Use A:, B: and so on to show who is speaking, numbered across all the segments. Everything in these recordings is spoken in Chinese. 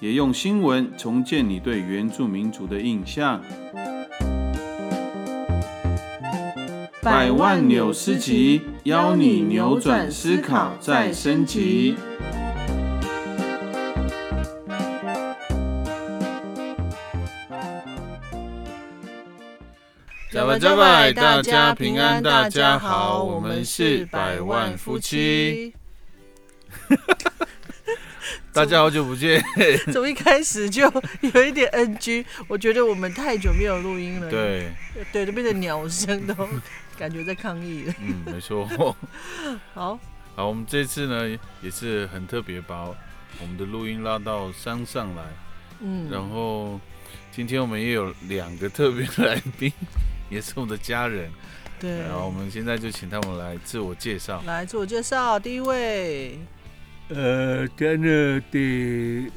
A: 也用新闻重建你对原住民族的印象。百万纽斯集邀你扭转思考再升级。
B: 加外加外，大家平安，大家好，我们是百万夫妻，。 大家好久不见。
C: 从一开始就有一点 NG，我觉得我们太久没有录音了，
B: 对，
C: 对，都变成鸟声都感觉在抗议了。
B: 嗯，没错。
C: 好，
B: 好，我们这次呢也是很特别，把我们的录音拉到山上来，
C: 嗯，
B: 然后今天我们也有两个特别来宾， 也是我们的家人。
C: 对。
B: 然后我们现在就请他们来自我介绍。
C: 来自我介绍，第一位，
D: Uh, Tiana di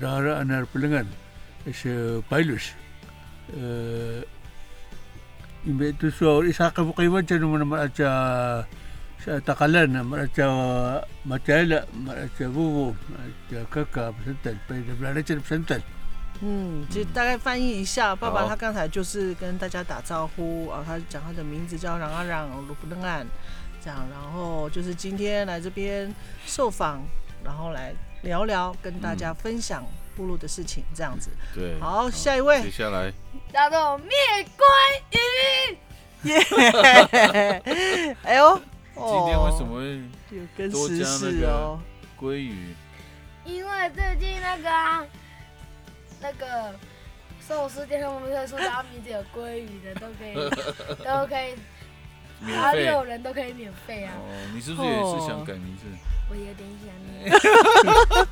D: Rara anar Pelengan is a pilot. Uh, imbe tu so isa ka bukay wan chano man maracha sa takalan na maracha matela maracha bubu maracha kaka pesental pa ida blana chano pesental.
C: 嗯，其实大概翻译一下，爸爸
B: 好
C: 他刚才就是跟大家打招呼啊，他讲他的名字叫啊冉阿冉鲁布登岸，这样，然后就是今天来这边受访，然后来聊聊，跟大家分享部落的事情，这样子。
B: 对，
C: 好，下一
B: 接
C: 位，
B: 下来
E: 叫做灭关羽。
C: 耶， 哎呦，
B: 今天为什么会
C: 有跟
B: 多
C: 时
B: 加那
C: 事
B: 个啊
C: 哦？
B: 鲑鱼？
E: 因为最近那个、啊、那个寿司店上面会说拉米姐有鲑鱼的都可以，都可以，
B: 免
E: 还
B: 费
E: 有人都可以免费啊！
B: 哦，你是不是也是想改名字？
E: 我有点想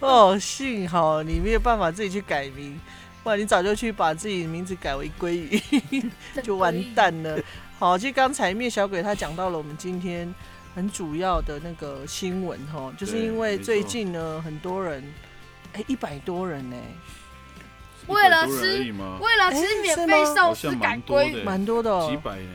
C: 哦，幸好你没有办法自己去改名，不然你早就去把自己名字改为鲑鱼。
E: 你，
C: 就完蛋了。好，其实刚才灭小鬼他讲到了我们今天很主要的那个新闻哈，就是
B: 对
C: 因为
B: 没错
C: 最近呢，很多人，哎、一百多人呢、
E: 为
B: 100
E: 了
B: 多人而已吗？
E: 为了吃免费寿司改鲑
B: 哎是
E: 鱼，
B: 吗
C: 蛮多的、
B: 几
C: 哦，
B: 百呢？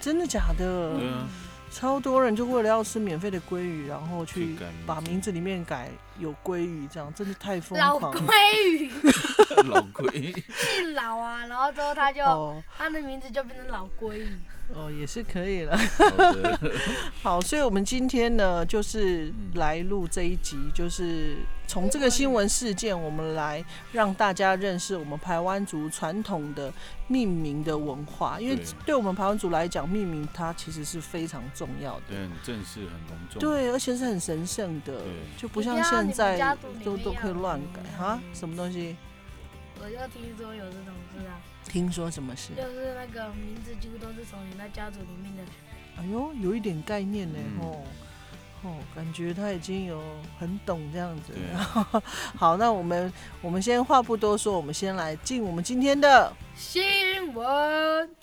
C: 真的假的？
B: 对啊，
C: 超多人就为了要吃免费的鲑鱼，然后去
B: 去改名字
C: 把名字里面改有鲑鱼，这样真的太疯
E: 老
C: 狂了。
E: 鲑鱼
B: 老 龟，
E: 姓 老啊，然后之后他就、
C: 哦
E: 他的名字就变成老鲑鱼。
C: 哦，也是可以了。
B: 好的，
C: 好，所以我们今天呢，就是
B: 嗯
C: 来录这一集，就是从这个新闻事件，我们来让大家认识我们台湾族传统的命名的文化，因为
B: 对
C: 对我们台湾族来讲，命名它其实是非常重要的。
B: 对，很正式，很隆重。，
C: 对，而且是很神圣的
B: 对，
C: 就不像
E: 啊你家
C: 现
E: 你们家
C: 在
E: 族里
C: 都
E: 面
C: 都
E: 要
C: 可以
E: 有
C: 乱
E: 名啊
C: 改
E: 吗
C: 哈。什么东西？
E: 我就听说有这种事啊，
C: 听说什么事？
E: 就是那个名字几乎都是从你那家族里面的
C: 哎呦，有一点概念呢，
B: 嗯
C: 哦、哦，感觉他已经有很懂这样子
B: 对。
C: 好，那我们我们先话不多说，我们先来进我们今天的
E: 新闻。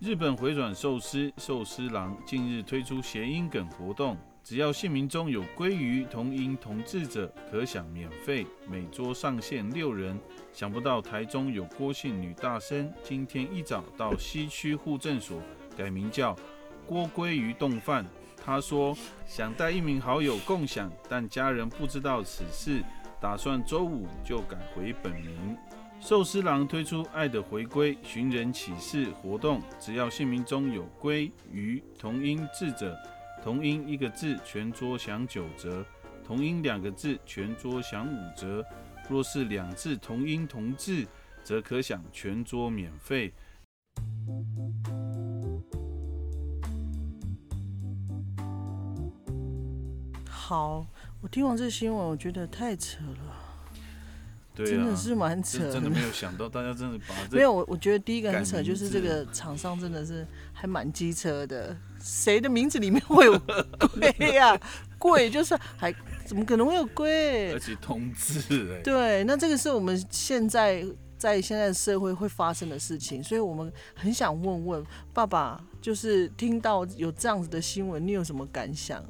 B: 日本回转寿司寿司郎近日推出谐音梗活动，只要姓名中有鲑鱼同音同字者，可享免费，每桌上限六人。想不到台中有郭姓女大生，今天一早到西区户政所改名叫郭鲑鱼冻饭。她说想带一名好友共享，但家人不知道此事，打算周五就改回本名。寿司郎推出“爱的回归”寻人启事活动，只要姓名中有“龟”“鱼”同音字者，同音一个字全桌享九折，同音两个字全桌享五折。若是两字同音同字，则可享全桌免费。
C: 好。我听完这新闻，我觉得太扯了，
B: 对啊，
C: 真的是蛮扯
B: 这真的没有想到，大家真的把 这
C: 没有，我我觉得第一个很扯，
B: 改名
C: 就
B: 字
C: 是这个厂商真的是还蛮机车的，谁的名字里面会有龟呀、贵，就是还怎么可能会有贵
B: 而？且同志哎、
C: 对，那这个是我们现在在现在社会会发生的事情，所以我们很想问问爸爸，就是听到有这样子的新闻，你有什么感想？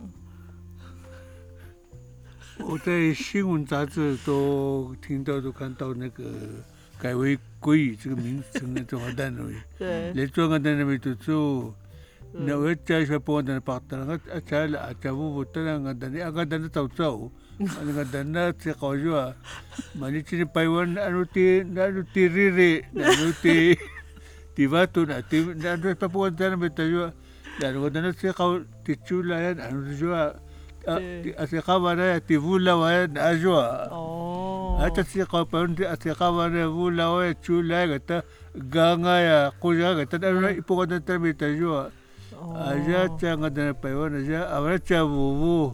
D: 我在新闻杂志都听到都看到那个改为“鲑鱼”这个名字成了中华蛋了。
C: 对，
D: 来中华蛋那边都做，那
C: 嗯
D: 我家小朋友在把蛋个啊家了啊家务不得那个蛋，啊个蛋都早早，那个蛋那吃好久啊，嘛你今天白完那路地那路地热热，那路地地方都那地那路小朋友在那边在做，那路蛋那吃好地出来那路做啊。أثقاء وانا تيفولا وانا أجوا
C: 哦，
D: حتى ثقة بند أثقاء وانا فولا وانا تشولا غتا غانا يا قوجا غتا أنا يبغى نترمي تجوا
C: 哦哎
D: أجا تشان غدا بيوان أجا أولا تشابوبو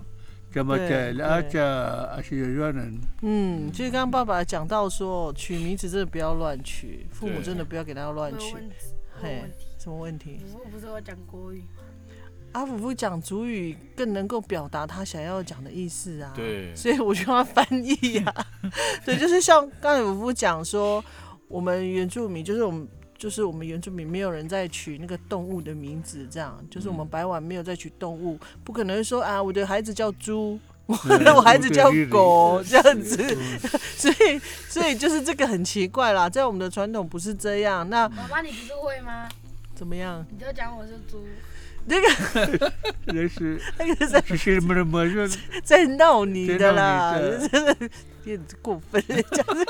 D: كما
C: 对，
D: تشال أتا
C: 对
D: أشي جوانا
C: 嗯，就是刚刚爸爸讲到说，取名字真的不要乱取，父母
B: 对
C: 真的不要给他乱
E: 我有
C: 取。
E: 问题，我有
C: 嘿
E: 问题，
C: 什么问题？
E: 不是不是我讲国语，
C: 阿福福讲主语更能够表达他想要讲的意思啊，
B: 对
C: 所以我就要翻译啊。对，就是像刚才福福讲说，我们原住民就是我们。就是我们原住民没有人在取那个动物的名字，这样就是我们白碗没有在取动物，不可能说啊，我的孩子叫猪，我孩子叫狗这样子， 所以所以就是这个很奇怪啦，在我们的传统不是这样。那
E: 妈妈你不是会吗？
C: 怎么样？
E: 你就讲我是猪，
C: 那个
D: 那是
C: 那个是在
D: 是什么嘛？就
C: 在闹你的啦
D: 在闹你，
C: 真的有点过分，这样子。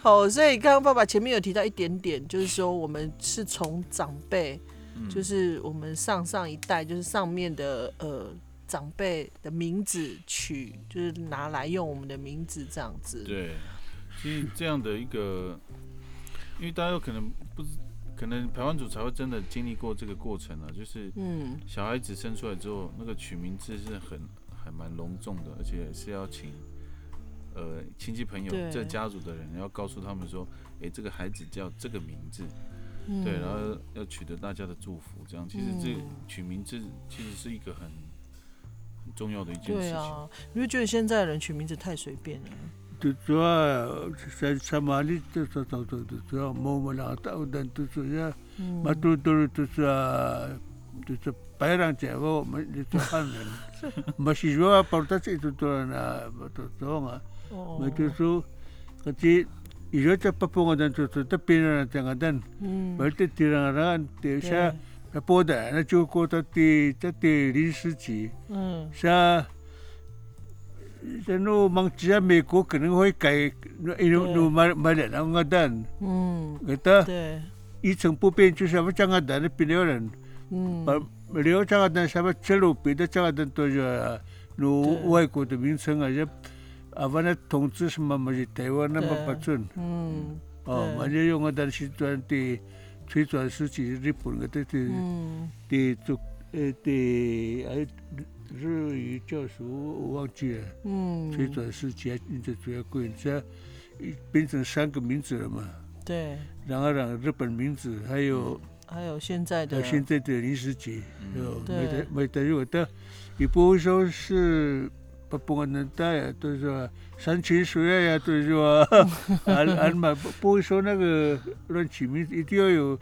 C: 好，所以刚刚爸爸前面有提到一点点，就是说我们是从长辈，
B: 嗯
C: 就是我们上上一代，就是上面的呃长辈的名字取，就是拿来用我们的名字这样子。
B: 对，其实这样的一个，因为大家有可能不知，可能台湾组才会真的经历过这个过程啊，就是
C: 嗯，
B: 小孩子生出来之后，那个取名字是很还蛮隆重的，而且是要请呃亲戚朋友
C: 对
B: 这家族的人要告诉他们说，诶，这个孩子叫这个名字，
C: 嗯
B: 对，然后要取得大家的祝福，这样其实这
C: 嗯
B: 取名字其实是一个很很重要的一件事
C: 对
B: 情。
C: 啊，你会觉得现在的人取名字太随便了。
D: 就主要在什么里头找找找，主要某某啦，到但都是要。
C: 嗯，
D: 嘛，都都都是啊都是白人家伙，嘛就是汉人，嘛是说跑到这都都那都都啊，
C: 哦
D: 嘛就是说，可是以前在北方的都是在边上这个人，
C: 嗯，
D: 而且地上人地下
C: 对，
D: 那包的那就过到地在地临时起，啊
C: 嗯，
D: 像。Sano mang cia meko kena hoi kai ino no mar mar na ngadan
C: 嗯，
D: kata
C: 对，
D: i chang pu pen chu sa chang ngadan pinioran
C: 嗯，
D: Leo chaga dan saba chelo pida chaga dan to jo no wai ko to bin sang a jap avana tongtsu sma ma ji taiwan na
C: Yeah.
D: ba chun
C: 嗯，
D: o ma je yong dan shi tuan ti chui tuan su chi ri pun ga te ti
C: 嗯，
D: ti tu ti ai ru yu cho su wang ji
C: 嗯，
D: chui tuan su chi ni te tu ya ku ni cha 变成三个名字了嘛，
C: 对，
D: 然后让日本名字，还有
C: 还有现在的
D: 到现在的临时节，
B: 嗯
D: 有
C: 啊嗯对
D: 没得没得有的，也不会说是不不能带呀，都是说山清水爱啊呀，都是说 安安嘛，不不会说那个乱起名字，一定要有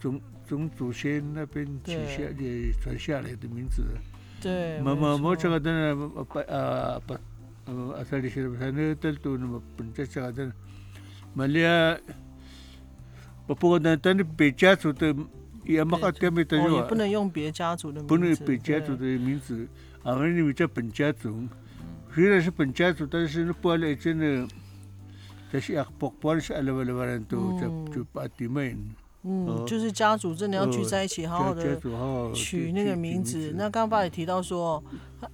D: 从从祖先那边起
C: 对
D: 下的传下来的名字。
C: 对，
D: 嘛嘛，
C: 没错
D: 我这个等啊不啊不啊，阿萨里西不是那等都那么本在这个等，嘛哩啊，不不过呢，等你别家族的也没个点没得
C: 哦，
D: 用
C: 也不能用别家族的名字，
D: 不能被家族的
C: 对
D: 名字，俺们认为叫本家族。
B: 嗯
D: 虽然是本家族，但是那不来真的，但是也不不是阿拉巴拉巴人都就就把地面
C: 嗯，
D: 呃
C: 就是家族真的要聚在一起，好
D: 家
C: 好
D: 家
C: 的
D: 族呃好
C: 取那个名字。那刚刚爸也提到说，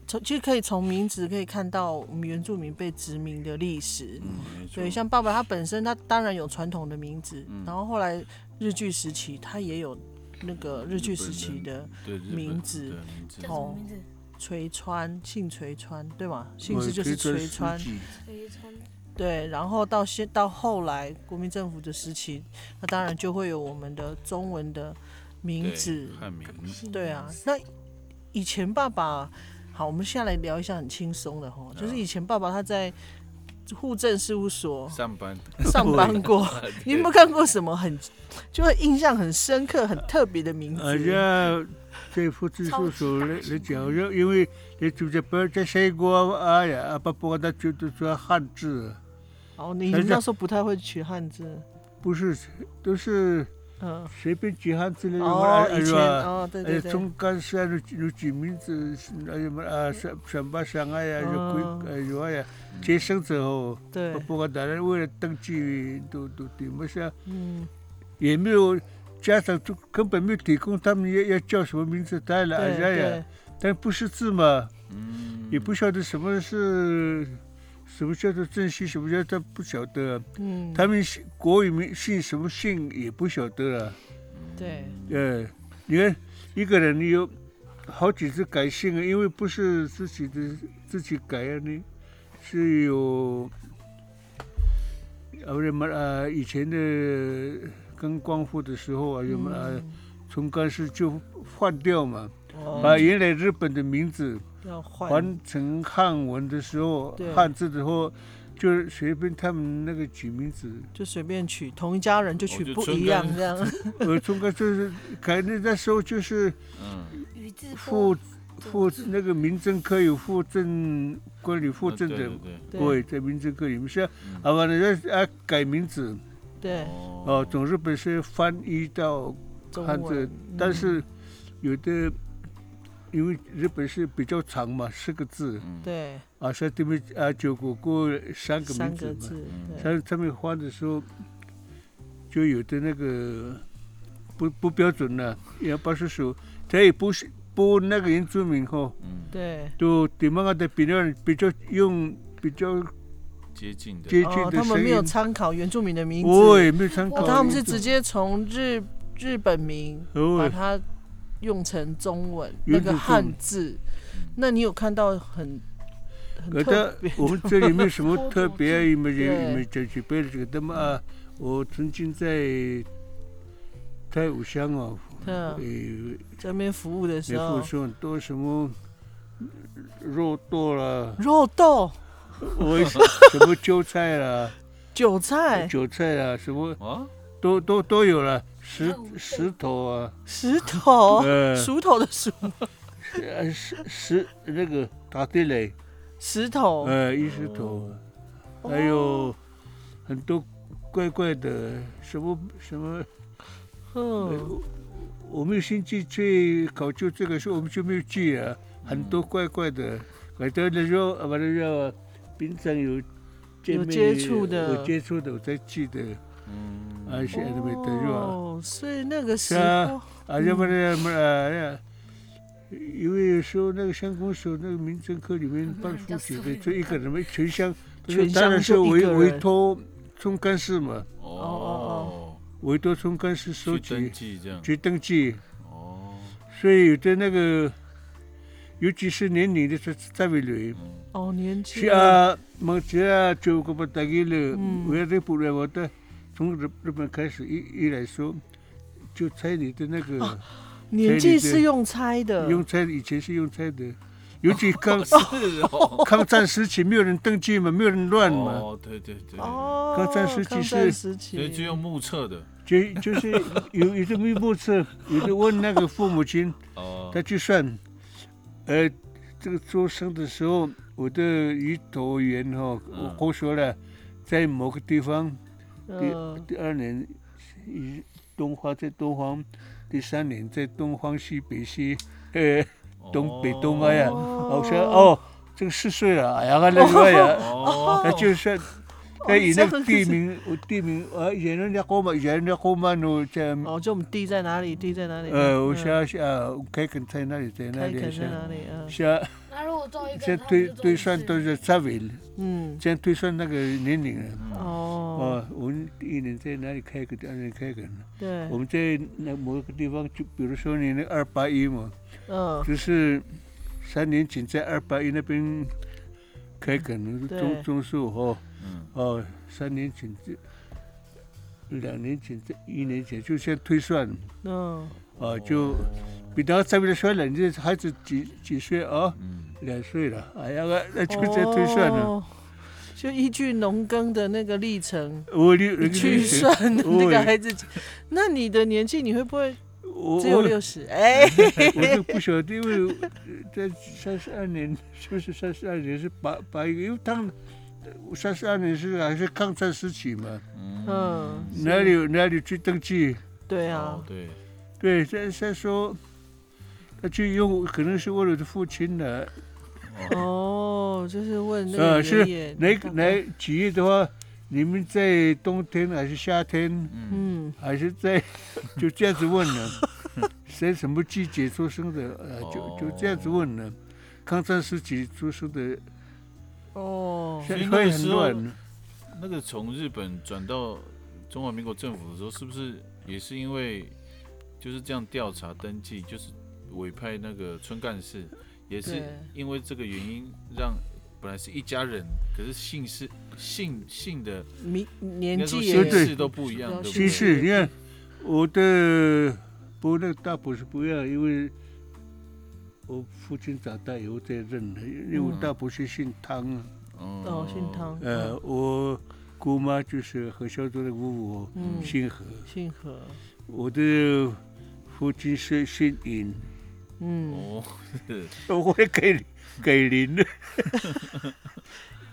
C: 从其实可以从名字可以看到我们原住民被殖民的历史。
B: 嗯，没错
C: 对，。像爸爸他本身，他当然有传统的名字，
D: 嗯
C: 然后后来日据时期，他也有那个日据时期的
B: 对日本
C: 名字
B: 对名字
E: 叫什么名字？
C: 垂川，姓垂川，对吗？
D: Oh,
C: 姓氏就是垂川，
E: 谁穿？
C: 对，然后到现到后来国民政府的时期，那当然就会有我们的中文的名
B: 对
C: 字，啊
B: 汉名，
C: 对啊。那以前爸爸好，我们下来聊一下很轻松的哈，就是
B: 啊
C: 以前爸爸他在户政事务所
B: 上班，
C: 上班 过，你有没有看过什么很就会印象很深刻、很特别的名
D: 啊，
C: 字？
D: 呀，在福州叔叔来来讲，因因为你住在不在西国啊呀，啊，不不，他就都说汉字，
C: 哦，你
D: 但是
C: 那时候不太会取汉字，
D: 不是都是
C: 嗯，
D: 随便举汉字来
C: 哦，
D: 哎
C: 以前
D: 呀，
C: 哦，对
D: 哎
C: 对，对，
D: 中间是有有几名字，哎呀啊，什什么上啊呀，有鬼哎呦哎呀，接生之后，不
C: 哦对，
D: 不，当然为了登记都都对不上。
C: 嗯，
D: 也没有家长就根本没有提供他们要要叫什么名字，当然了，
C: 对
D: 哎呀呀
C: 对，，
D: 但不识字嘛，
B: 嗯，
D: 也不晓得什么是什么叫做正姓，什么叫做不晓得，啊
C: 嗯，
D: 他们姓国语名姓什么姓也不晓得了，
C: 对，
D: 呃，你看一个人你有好几次改姓啊，因为不是自己的自己改啊，你是有。啊，我们啊，以前的跟光复的时候啊，我们啊，
C: 嗯
D: 从干是就换掉嘛，把
C: 哦，
D: 原来日本的名字
C: 要换，
D: 换成汉文的时候
C: 对，
D: 汉字的时候，就是随便他们那个取名字。
C: 就随便取，同一家人就
B: 哦
C: 取
B: 就
C: 不
B: 村
C: 一
B: 跟
C: 样这样，
D: 呃，从干就是改那那时候就是
B: 嗯，
E: 宇智波，
D: 副副那个民政科有副政管理副政
B: 对
D: 的
B: 对对
D: 各
C: 对
D: 位在民政科里面是啊
B: 嗯，
D: 啊完了要啊改名字
C: 对，
D: 哦，
B: 哦，
D: 从日本是翻译到
C: 中
D: 汉字
C: 文，，
D: 但
C: 嗯
D: 是有的因为日本是比较长嘛，四个字。
B: 嗯，
C: 对
D: 啊，像这边啊，九个过三个
C: 三
D: 名
C: 个
D: 字嘛。
C: 字，对
D: 像他们换的时候，就有的那个不不标准了、也不是说，他也不是不那个原住民吼，
B: 嗯，
C: 对。
D: 都对嘛的比较比较用比较
B: 接近的，
D: 接近
C: 哦，
D: 的
C: 他们
D: 声
C: 没
D: 音
C: 有，参考原住民的名字，
D: 我也没有参考
C: 哦
D: 的。
C: 他们是直接从日日本名把
D: 哦，
C: 它用成中文那
D: 原住
C: 个
D: 民
C: 汉字。那你有看到很很
D: 我
C: 特
D: 的
C: 别
D: 我们这里没有什么特别，也没有
C: 对
D: 也没有讲起别的这个，那么
C: 嗯
D: 啊，我曾经在太武乡哦，
C: 的
D: 呃。
C: 嗯在那边服务的时
D: 那
C: 候，
D: 附，近很多什么肉剁啦
C: 肉豆、
D: 我 什么韭菜啦、
C: 韭菜、
D: 韭菜啦，什么
B: 啊，
D: 都都都有了，石
E: 肉粽
D: 石头啊，
C: 石头、
D: 呃，
C: 锄头的锄、
D: 呃石石那个打地雷，
C: 石头，
D: 呃，一石头，
C: 哦
D: 还有很多怪怪的什么什么，
C: 嗯，
D: 呃我们星期去考究这个时候，我们就没有记啊，很多怪怪的，改掉的时候，啊，完了之后啊，平常有见
C: 有
D: 面
C: 接触的
D: 有接触的我才记得，
B: 嗯，
D: 啊，现在没得是吧？
C: 哦，所以那个时
D: 是
C: 候
D: 啊，啊，要不
C: 嗯
D: 然嘛，哎呀，因为有时候那个乡公所那个民政科里面办户籍的，就一个人嘛，全乡，
C: 嗯全
D: 当
C: 乡
D: 然是
C: 就一
D: 委
C: 个
D: 委
C: 人，
D: 托冲干事嘛，
B: 哦，
D: 委托冲干事收
B: 去登
D: 集
B: 记这样，
D: 去登记。
B: 哦，
D: 所以有的那个，尤其是年龄的在在位率，
B: 嗯
C: 哦，年
D: 是
C: 轻，
D: 啊，孟子啊，就个不大给了
C: 嗯，
D: 我这部来我的，从日日本开始一一来说，就猜你的那
C: 哦
D: 个，
C: 年纪
D: 所以你对
C: 是用猜的，
D: 用猜以前是用猜的，尤其 抗
B: 是哦，
D: 抗战时期没有人登记嘛，没有人乱嘛，
B: 哦，对对对，
C: 哦，
D: 抗战啊时期
C: 抗
D: 是
C: 战时期
B: 所以就用目测的，
D: 就就是有有的密不测，有的问那个父母亲，
B: 哦，
D: 他去算，呃，这个出生的时候，我的鱼头圆哈，我
B: 嗯
D: 我说了，在某个地方，
C: 嗯
D: 第二年一东方在东方，第三年在东方西北西，呃，东北东哎呀我说哦，这个四岁了，哎呀，那个哎 呀，
B: 哦，
D: 他就是。他以
C: 哦这
D: 那
C: 样
D: 个
C: 子
D: 地名，我地名，呃，以前人家后嘛，以前人家后嘛，我在，
C: 哦，就我们地在哪里，地在哪里？
D: 呃，我
C: 嗯
D: 想想，呃开垦在那里，在那
C: 开
D: 里，
C: 垦在
D: 像
C: 哪里？嗯
D: 像
E: 那如果照一个，
D: 现
E: 他
D: 在
E: 们
D: 推
E: 就照
D: 推
E: 一
D: 算
E: 次
D: 都是差尾了，
C: 嗯，
D: 这样推算那个年龄了。
B: 嗯
C: 哦，
D: 哦，我们一年在哪里开垦，二年开垦。
C: 对嗯
D: 我，们在那某一个地方，就比如说你那二八一嘛，
C: 嗯，
D: 就是三年前在二八一那边开垦
C: 对
D: 种种树哦，
B: 嗯，
D: 哦，三年前这，两年前这一年前就先推算，
C: 嗯，
D: 啊，就比较上面的算了，你这孩子几几岁啊？
B: 嗯，
D: 两岁了，哎呀，我那就在推算了。
C: 哦就依据农耕的那个历程
D: 我六
C: 你去算那个
D: 我
C: 孩子几，那你的年纪你会不会
D: 我
C: 只有
D: 我
C: 六十？ 哎，
D: 我就不晓得，因为呃在三十二年是不是三十二年是八八一个，因为当三十二年是还是抗战时期嘛，
C: 嗯，
D: 哪里有哪里去登记？
C: 对啊
B: 哦，，对，
D: 对，再再说，他去用可能是为了父亲的，
C: 哦，就是问那
D: 呃
C: 个
D: 是
C: 爷爷
D: 哪
C: 大概
D: 哪几月的话，你们在冬天还是夏天，
B: 嗯，
C: 嗯，
D: 还是在就这样子 问了，在什么季节出生的，呃，
B: 哦
D: 就就这样子问了。抗战时期出生的，
C: 哦，
B: 所以
D: 现
B: 那
D: 在
B: 个
D: 很
B: 时候
D: 乱。
B: 那个从日本转到中华民国政府的时候，是不是也是因为就是这样调查登记，就是委派那个村干事，也是
C: 对
B: 因为这个原因让。本来是一家人，可是姓氏、姓姓的，
C: 明
B: 应
C: 年
B: 该说
C: 纪也
D: 对
B: 姓
D: 对
B: 氏都不一样，
C: 要
B: 对不
D: 其
B: 对？
D: 实你看，我的不那个大伯是不一样，因为我父亲长大以后再认的，因为我大伯是姓汤啊。
C: 哦，姓汤，
B: 嗯
D: 呃，我姑妈就是何孝周的姑姑，
C: 嗯
D: 姓何。
C: 姓何，
D: 我的父亲是姓尹，
C: 嗯，
B: 哦，是
D: 我会改改林的，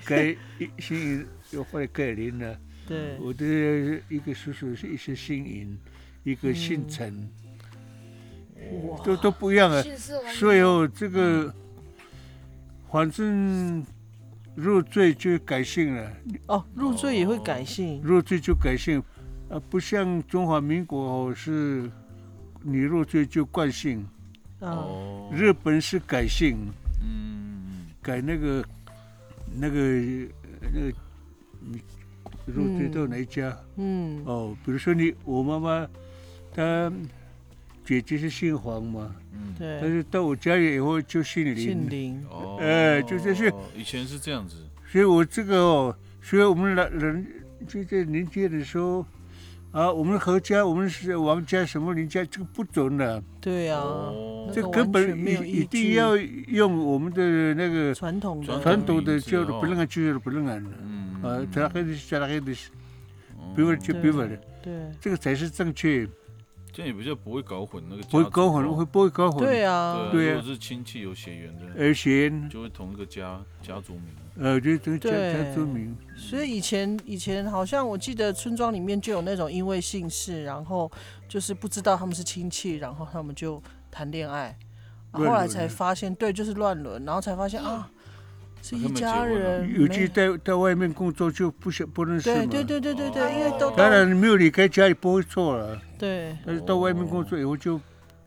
D: 改姓尹，又后来改林了。
C: 对，
D: 我的一个叔叔是一是姓尹，一个姓
C: 嗯
D: 陈，
C: 哇，
D: 都都不一样啊。
E: 姓氏完全
D: 所以哦，这个反正入赘就改姓了，
C: 哦，入赘也会改姓，
D: 入赘就改姓，啊，不像中华民国哦，是你入赘就冠姓，
C: 嗯，
B: 哦，
D: 日本是改姓，
B: 嗯，
D: 改那个那个呃那个嗯入赘到哪一家、
C: 嗯，
D: 哦？比如说你我妈妈，她姐姐是姓黄嘛，
B: 嗯，
C: 对，
D: 但是到我家里以后就姓林，
C: 姓林，
B: 哦，
D: 哎就就是
B: 以前是这样子，
D: 所以我这个哦，所以我们老人就在年轻的时候啊，我们何家、我们是王家什么林家，这个不准的、
C: 对啊，
B: 哦
C: 那
D: 这
C: 个
D: 根
C: 完全
D: 本
C: 没有
D: 一
C: 依
D: 一定
C: 据
D: 要用我们的那个
C: 传统的，
D: 传统的
B: 名字
D: 叫
B: 哦
D: 不能按就是不能按的，
B: 嗯
D: 啊，他还是他还是
B: 嗯
D: 比我就比我的，
C: 对，
D: 这个才是正确，
B: 这样也比较不会搞混那个家族
D: 不
B: 哦，
D: 会搞混，会不会搞混？
C: 对
B: 对啊
C: 啊，
D: 对啊哎
B: 如果是亲戚有血缘的，
D: 而且
B: 就会同一个家家族 名，
D: 呃，就这个家
C: 对
D: 家族名，
C: 所以以前以前好像我记得村庄里面就有那种因为姓氏，然后就是不知道他们是亲戚，然后他们就谈恋爱，啊
D: 乱伦
C: 后来才发现对，就是乱伦，然后才发现啊是一家人，
D: 尤其
C: 没
D: 在在外面工作就不想不认识
C: 对
D: 嘛。
C: 对对对对对，因为都
D: 当然没有离开家里不会错了。
C: 对
D: 但是到外面工作以后就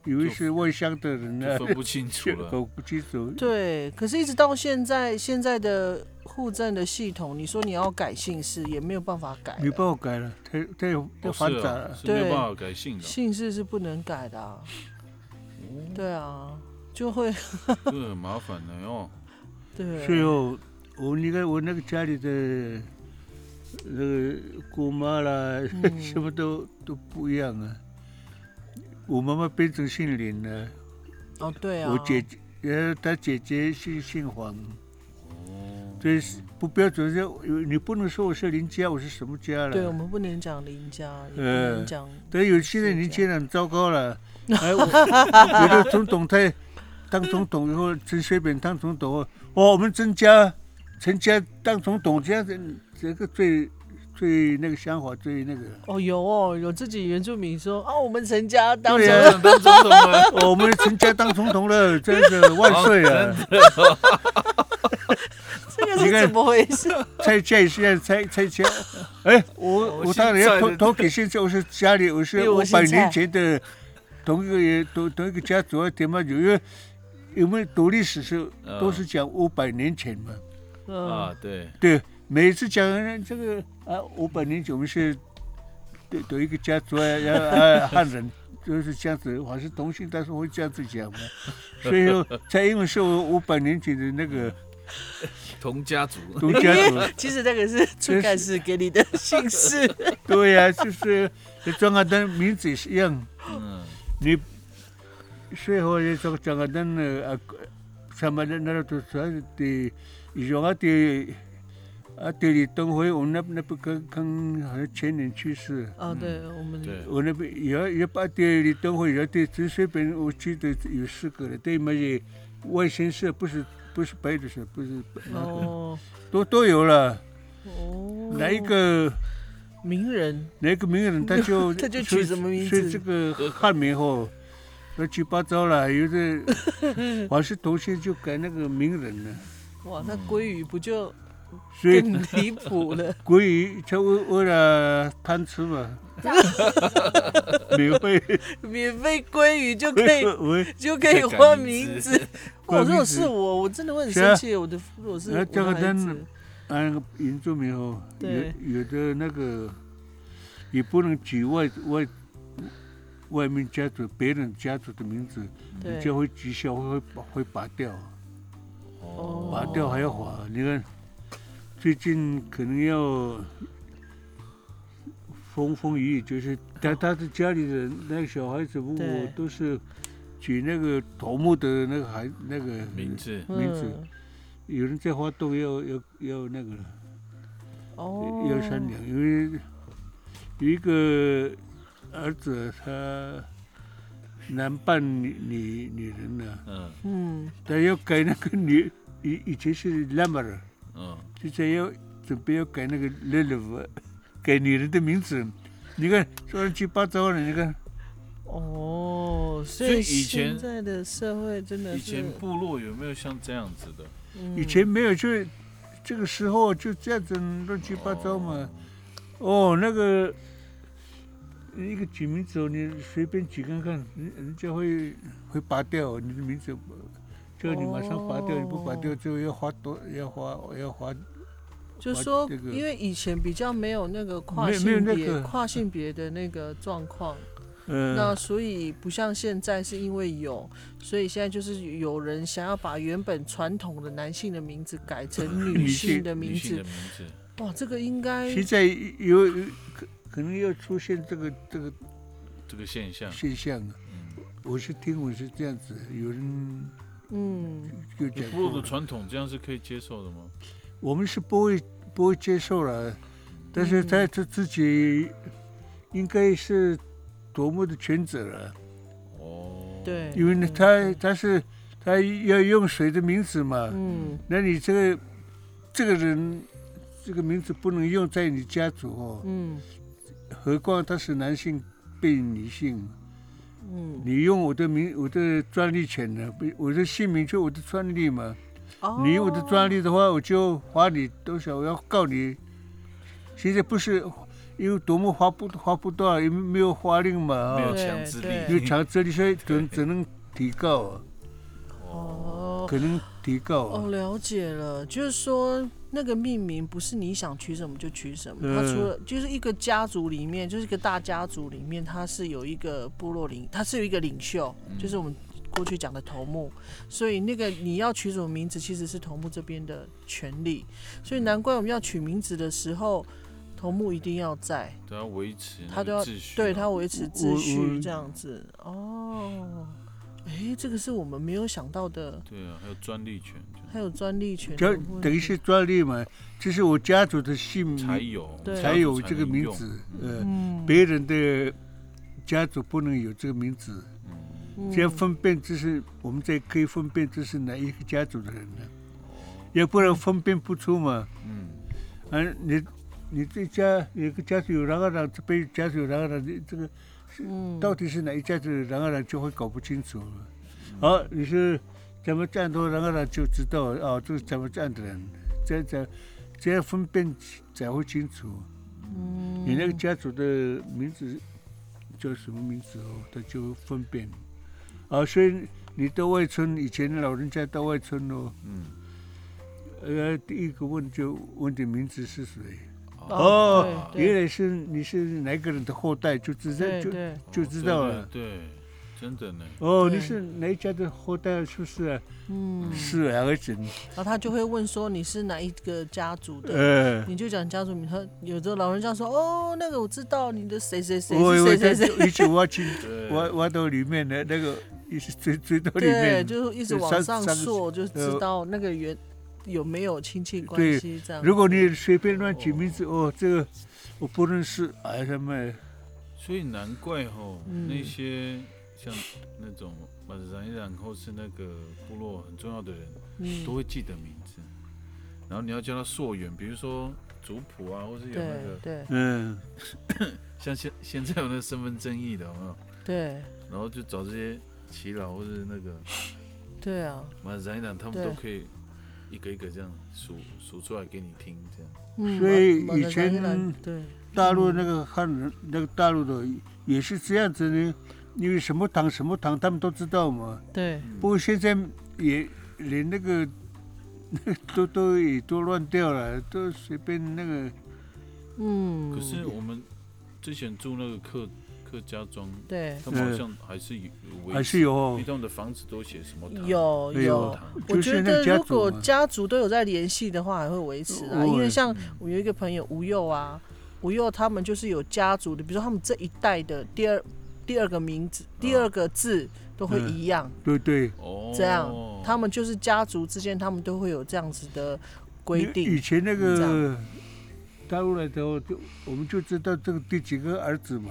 D: 以为是外乡的人呢
B: 就，分不清楚
D: 就
B: 了。
D: 搞不清楚。
C: 对，可是一直到现在现在的户政的系统，你说你要改姓氏也没有办法改了，
D: 没办法改了，太太太
B: 哦
D: 繁杂
B: 是啊
D: 了。
B: 是没有
C: 对
B: 办法改姓的，
C: 姓氏是不能改的、啊，对啊，就会
B: 这个很麻烦的哦。
C: 对，
D: 所以哦，我那个我那个家里的那个姑妈啦，
C: 嗯
D: 什么都都不一样啊。我妈妈变成姓林了，
C: 哦对啊，
D: 我姐姐，呃，她姐姐姓姓黄。
C: 哦
D: 所以是不标准，是呃你不能说我是林家，我是什么家了。
C: 对，我们不能讲邻家，也不
D: 嗯
C: 能讲，
D: 但有些人年轻人很糟糕 了，哎，我有的总统他当总统以后，陈水扁当总统后，哦，我们陈家陈家当总统这样子，嗯这个最最那个想法最那个。
C: 哦，有哦，有自己原住民说啊，我们陈家当
D: 对啊
C: 成
D: 呀、
B: 当总统了，
D: 哦我们陈家当总统了，真的万岁啊！
C: 这个
D: 你
C: 是
D: 看
C: 怎么回 事？
D: 蔡家也是这样蔡蔡家，哎，我我当然要投投给现在，我是家里我
C: 因
D: 是
C: 为
D: 五
C: 我姓
D: 百年
C: 蔡
D: 前的同一个同同一个家族啊，点嘛有因为因为读历史是
B: 嗯
D: 都是讲五百年前嘛，
C: 嗯，
B: 啊，对，
D: 对，每次讲呃这个啊五百年前我们是对同一个家族啊，然后啊汉人就是这样子，好像同姓，但是会这样子讲嘛，所以说蔡英文是我五百年前的那个
B: 同家族，
D: 同家族。
C: 其实那个是村干事给你的姓氏，
D: 对呀、就是庄稼灯名字也是一样，
B: 嗯，
D: 你 Sve ho e tōk tanga tan a samana nara tō tsa te i jonga te a te ri tōng hoi o nap nap ka kang hana chen en chi si.
C: 哦，对，我们
B: 对
D: O nap ya ya pa te ri tōng hoi ya te tsu se pen o chi te yu si ka re te ima ye wai sen se bu si bu si pai du si bu si
C: 哦
D: tō tō yo la
C: 哦，
D: na i ka
C: 名人
D: 那个名人他就
C: 他就
D: 说
C: 取什么名
D: 说
C: 字
D: 这个汉名后，乱七八糟了，有的 华氏头衔就改那个名人了。
C: 哇，那鲑鱼不就
D: 所以
C: 更离谱了？
D: 国语他为为了贪吃嘛，
E: 这样子
D: 免费
C: 免费鲑鱼就可以
D: 喂，
C: 就可以换名字。哇，
D: 换
C: 如
D: 名
C: 果
D: 字
C: 是我，我真的会很
D: 是啊
C: 生气。我的如果是
D: 那
C: 我
D: 这
C: 的
D: 个
C: 孩
D: 真
C: 子，
D: 按那个原住民后，
C: 对
D: 有有的那个也不能举外外外面家族别人家族的名字，
C: 对，
D: 就会取消会会会拔掉。
C: 哦
D: 拔掉还要划，你看最近可能要风风雨雨，就是但他的家里的那个小孩子，我
C: 对
D: 都是取那个头目的那个孩那个
B: 名，字
D: 名字
C: 嗯
D: 有人在花东要要要那个了，
C: 哦，
D: 要商量，因为有一个儿子他男扮女女女人呢、
B: 嗯
C: 嗯，
D: 他要改那个女以以前是 lamar。
B: 嗯，
D: 就在要准备要改那个 l i l 改女人的名字。你看，说乱七八糟的，你看，
C: 哦，所
B: 所以
C: 以
B: 以
C: 现
B: 前
C: 在的社会真的
B: 以
C: 是
B: 前部落有没有像这样子的？
C: 嗯
D: 以前没有就这个时候就这样子乱七八糟嘛。哦，那个一个举名字哦，你随便举看看，人人家会会拔掉你的名字，叫你马上拔掉，你不拔掉之后要花多要花要花
C: 就说，
D: 这个
C: 因为以前比较没有那个跨
D: 没有没有
C: 性
D: 那
C: 别、
D: 个
C: 跨性别的那个状况，那
D: 呃
C: 所以不像现在是因为有，所以现在就是有人想要把原本传统的男性的名字改成女
D: 女
C: 性
D: 性
C: 的名
B: 女性
C: 字
B: 的，名字，
C: 哇，这个应该
D: 呃现在有有可可能要出现这个这个
B: 这个现象，
D: 现象啊。
B: 嗯，
D: 我是听闻是这样子，有人
C: 嗯，
D: 就讲
B: 部落
D: 过
B: 的，传统这样是可以接受的吗？
D: 我们是不会不会接受了，但是
C: 嗯
D: 他他自己应该是多么的全责了，
B: 哦，
C: 对，
D: 因为呢，他他是他要用谁的名字嘛，
C: 嗯，
D: 那你这个这个人这个名字不能用在你家族哦，
C: 嗯
D: 何况他是男性被女性，
C: 嗯嗯，
D: 你用我的名我的专利权呢，不我的姓名就我的专利嘛。
C: 哦
D: 你有的专利的话，我就罚你多少，我要告你。现在不是因为多么罚不罚不到，因为没有法令嘛
B: 没
D: 啊
B: 有
C: 对，
B: 强制
D: 没
C: 对
D: 有
B: 力，
D: 强制力，所以只能只能提告啊，
C: 哦
D: 可能提告啊
C: 哦，。了解了，就是说那个命名不是你想取什么就取什么，它
D: 嗯
C: 除了就是一个家族里面，就是一个大家族里面，它是有一个部落领，它是有一个领袖，就是我们过去讲的头目，所以那个你要取什么名字，其实是头目这边的权利，所以难怪我们要取名字的时候，头目一定要在，
B: 都要维持那
C: 他都
B: 个
C: 要
B: 秩序啊，
C: 对他维持
D: 我
C: 秩
D: 我
C: 序这样子。哦，诶，这个是我们没有想到的。
B: 对啊，还有专利权这样
C: 还有专利权的
D: 就
C: 问题，
D: 等于是专利嘛，这是我家族的姓
B: 才
D: 名
B: 有，
C: 对
D: 才
B: 家族
D: 有嗯这个
B: 能
D: 名
B: 用，
D: 字，呃，
C: 嗯
D: 别人的家族不能有这个名字。这样分辨这是我们才可以分辨这是哪一个家族的人呢，要不然分辨不出嘛。
B: 嗯，
D: 啊，你你这家有个家属有哪个人，这边有家属有哪个人，你这个
C: 嗯
D: 到底是哪一家属有哪个人，就会搞不清楚了。好，你是咱们站多哪个人就知道哦，这是咱们站的人，这样才这样分辨才会清楚。
C: 嗯
D: 你那个家族的名字叫什么名字哦，他就分辨。啊，所以你到外村，以前老人家到外村哦，
B: 嗯，
D: 呃，第一个问就问你名字是谁。
C: 哦
D: 哦，
C: 对对
D: 原来是你是哪个人的后代，就知道
C: 对
D: 就
C: 对，
D: 就
B: 哦
D: 知道
B: 对
D: 了。
B: 对，对真的呢，
D: 哦，
C: 对
D: 你是哪一家的后代？是不是啊？
C: 嗯，
D: 是啊，儿子。
C: 然后他就会问说你是哪一个家族的，
D: 呃，
C: 你就讲家族名。他有的老人家说哦，那个我知道你的谁谁谁
D: 我我
C: 是谁
D: 在
C: 谁谁，
D: 一直挖进
B: 对
D: 挖挖到里面的那个一一直追追到里
C: 对，
D: 面。
C: 就是一直
D: 就
C: 往
D: 上
C: 上
D: 上
C: 溯，就知道那个缘有没有亲戚关
D: 对
C: 系这样。
D: 如果你随便乱取名字，哦，这个我不认识，哎他妈，
B: 所以难怪吼、
C: 嗯
B: 那些像那种马然然后是那个部落很重要的人，
C: 嗯
B: 都会记得名字。然后你要叫他溯源，比如说族谱啊，或是有那
C: 对
B: 个
C: 对
D: 嗯，
B: 像现现在有那个身份争议的，有没有？
C: 对
B: 然后就找这些耆老或是那个
C: 对啊，
B: 马然然，他们
C: 对
B: 都可以一个一个这样数数出来给你听，这样。
C: 嗯
D: 所以
C: 马马德
D: 以前
C: 扎伊兰对
D: 大陆那个汉人，那个大陆的也是这样子呢，因为什么党什么党他们都知道嘛。
C: 对
D: 不过现在也连那个 都都也都乱掉了，都随便那个，
C: 嗯，
B: 可是我们之前住那个客客家庄，
C: 对
B: 他们好
D: 嗯
B: 像还是有维
D: 还是有
B: 你
D: 哦，
B: 栋的房子都写什么堂？
C: 有
D: 哎呦
C: 有。
B: 堂，
C: 我
D: 就
C: 觉
D: 是那
C: 得
D: 个家
C: 如
D: 族
C: 果
D: 嘛。
C: 家族都有在联系的话，还会维持啊。
D: 哦
C: 因为像
B: 嗯
C: 我有一个朋友吴佑啊，吴佑他们就是有家族的，比如说他们这一代的第二第二个名字、第二个字都会一样，
D: 嗯对对，
B: 哦，
C: 这样他们就是家族之间，他们都会有这样子的规
D: 因为以
C: 定。
D: 前那
C: 这
D: 个大陆来的哦，就我们就知道这个第几个儿子嘛，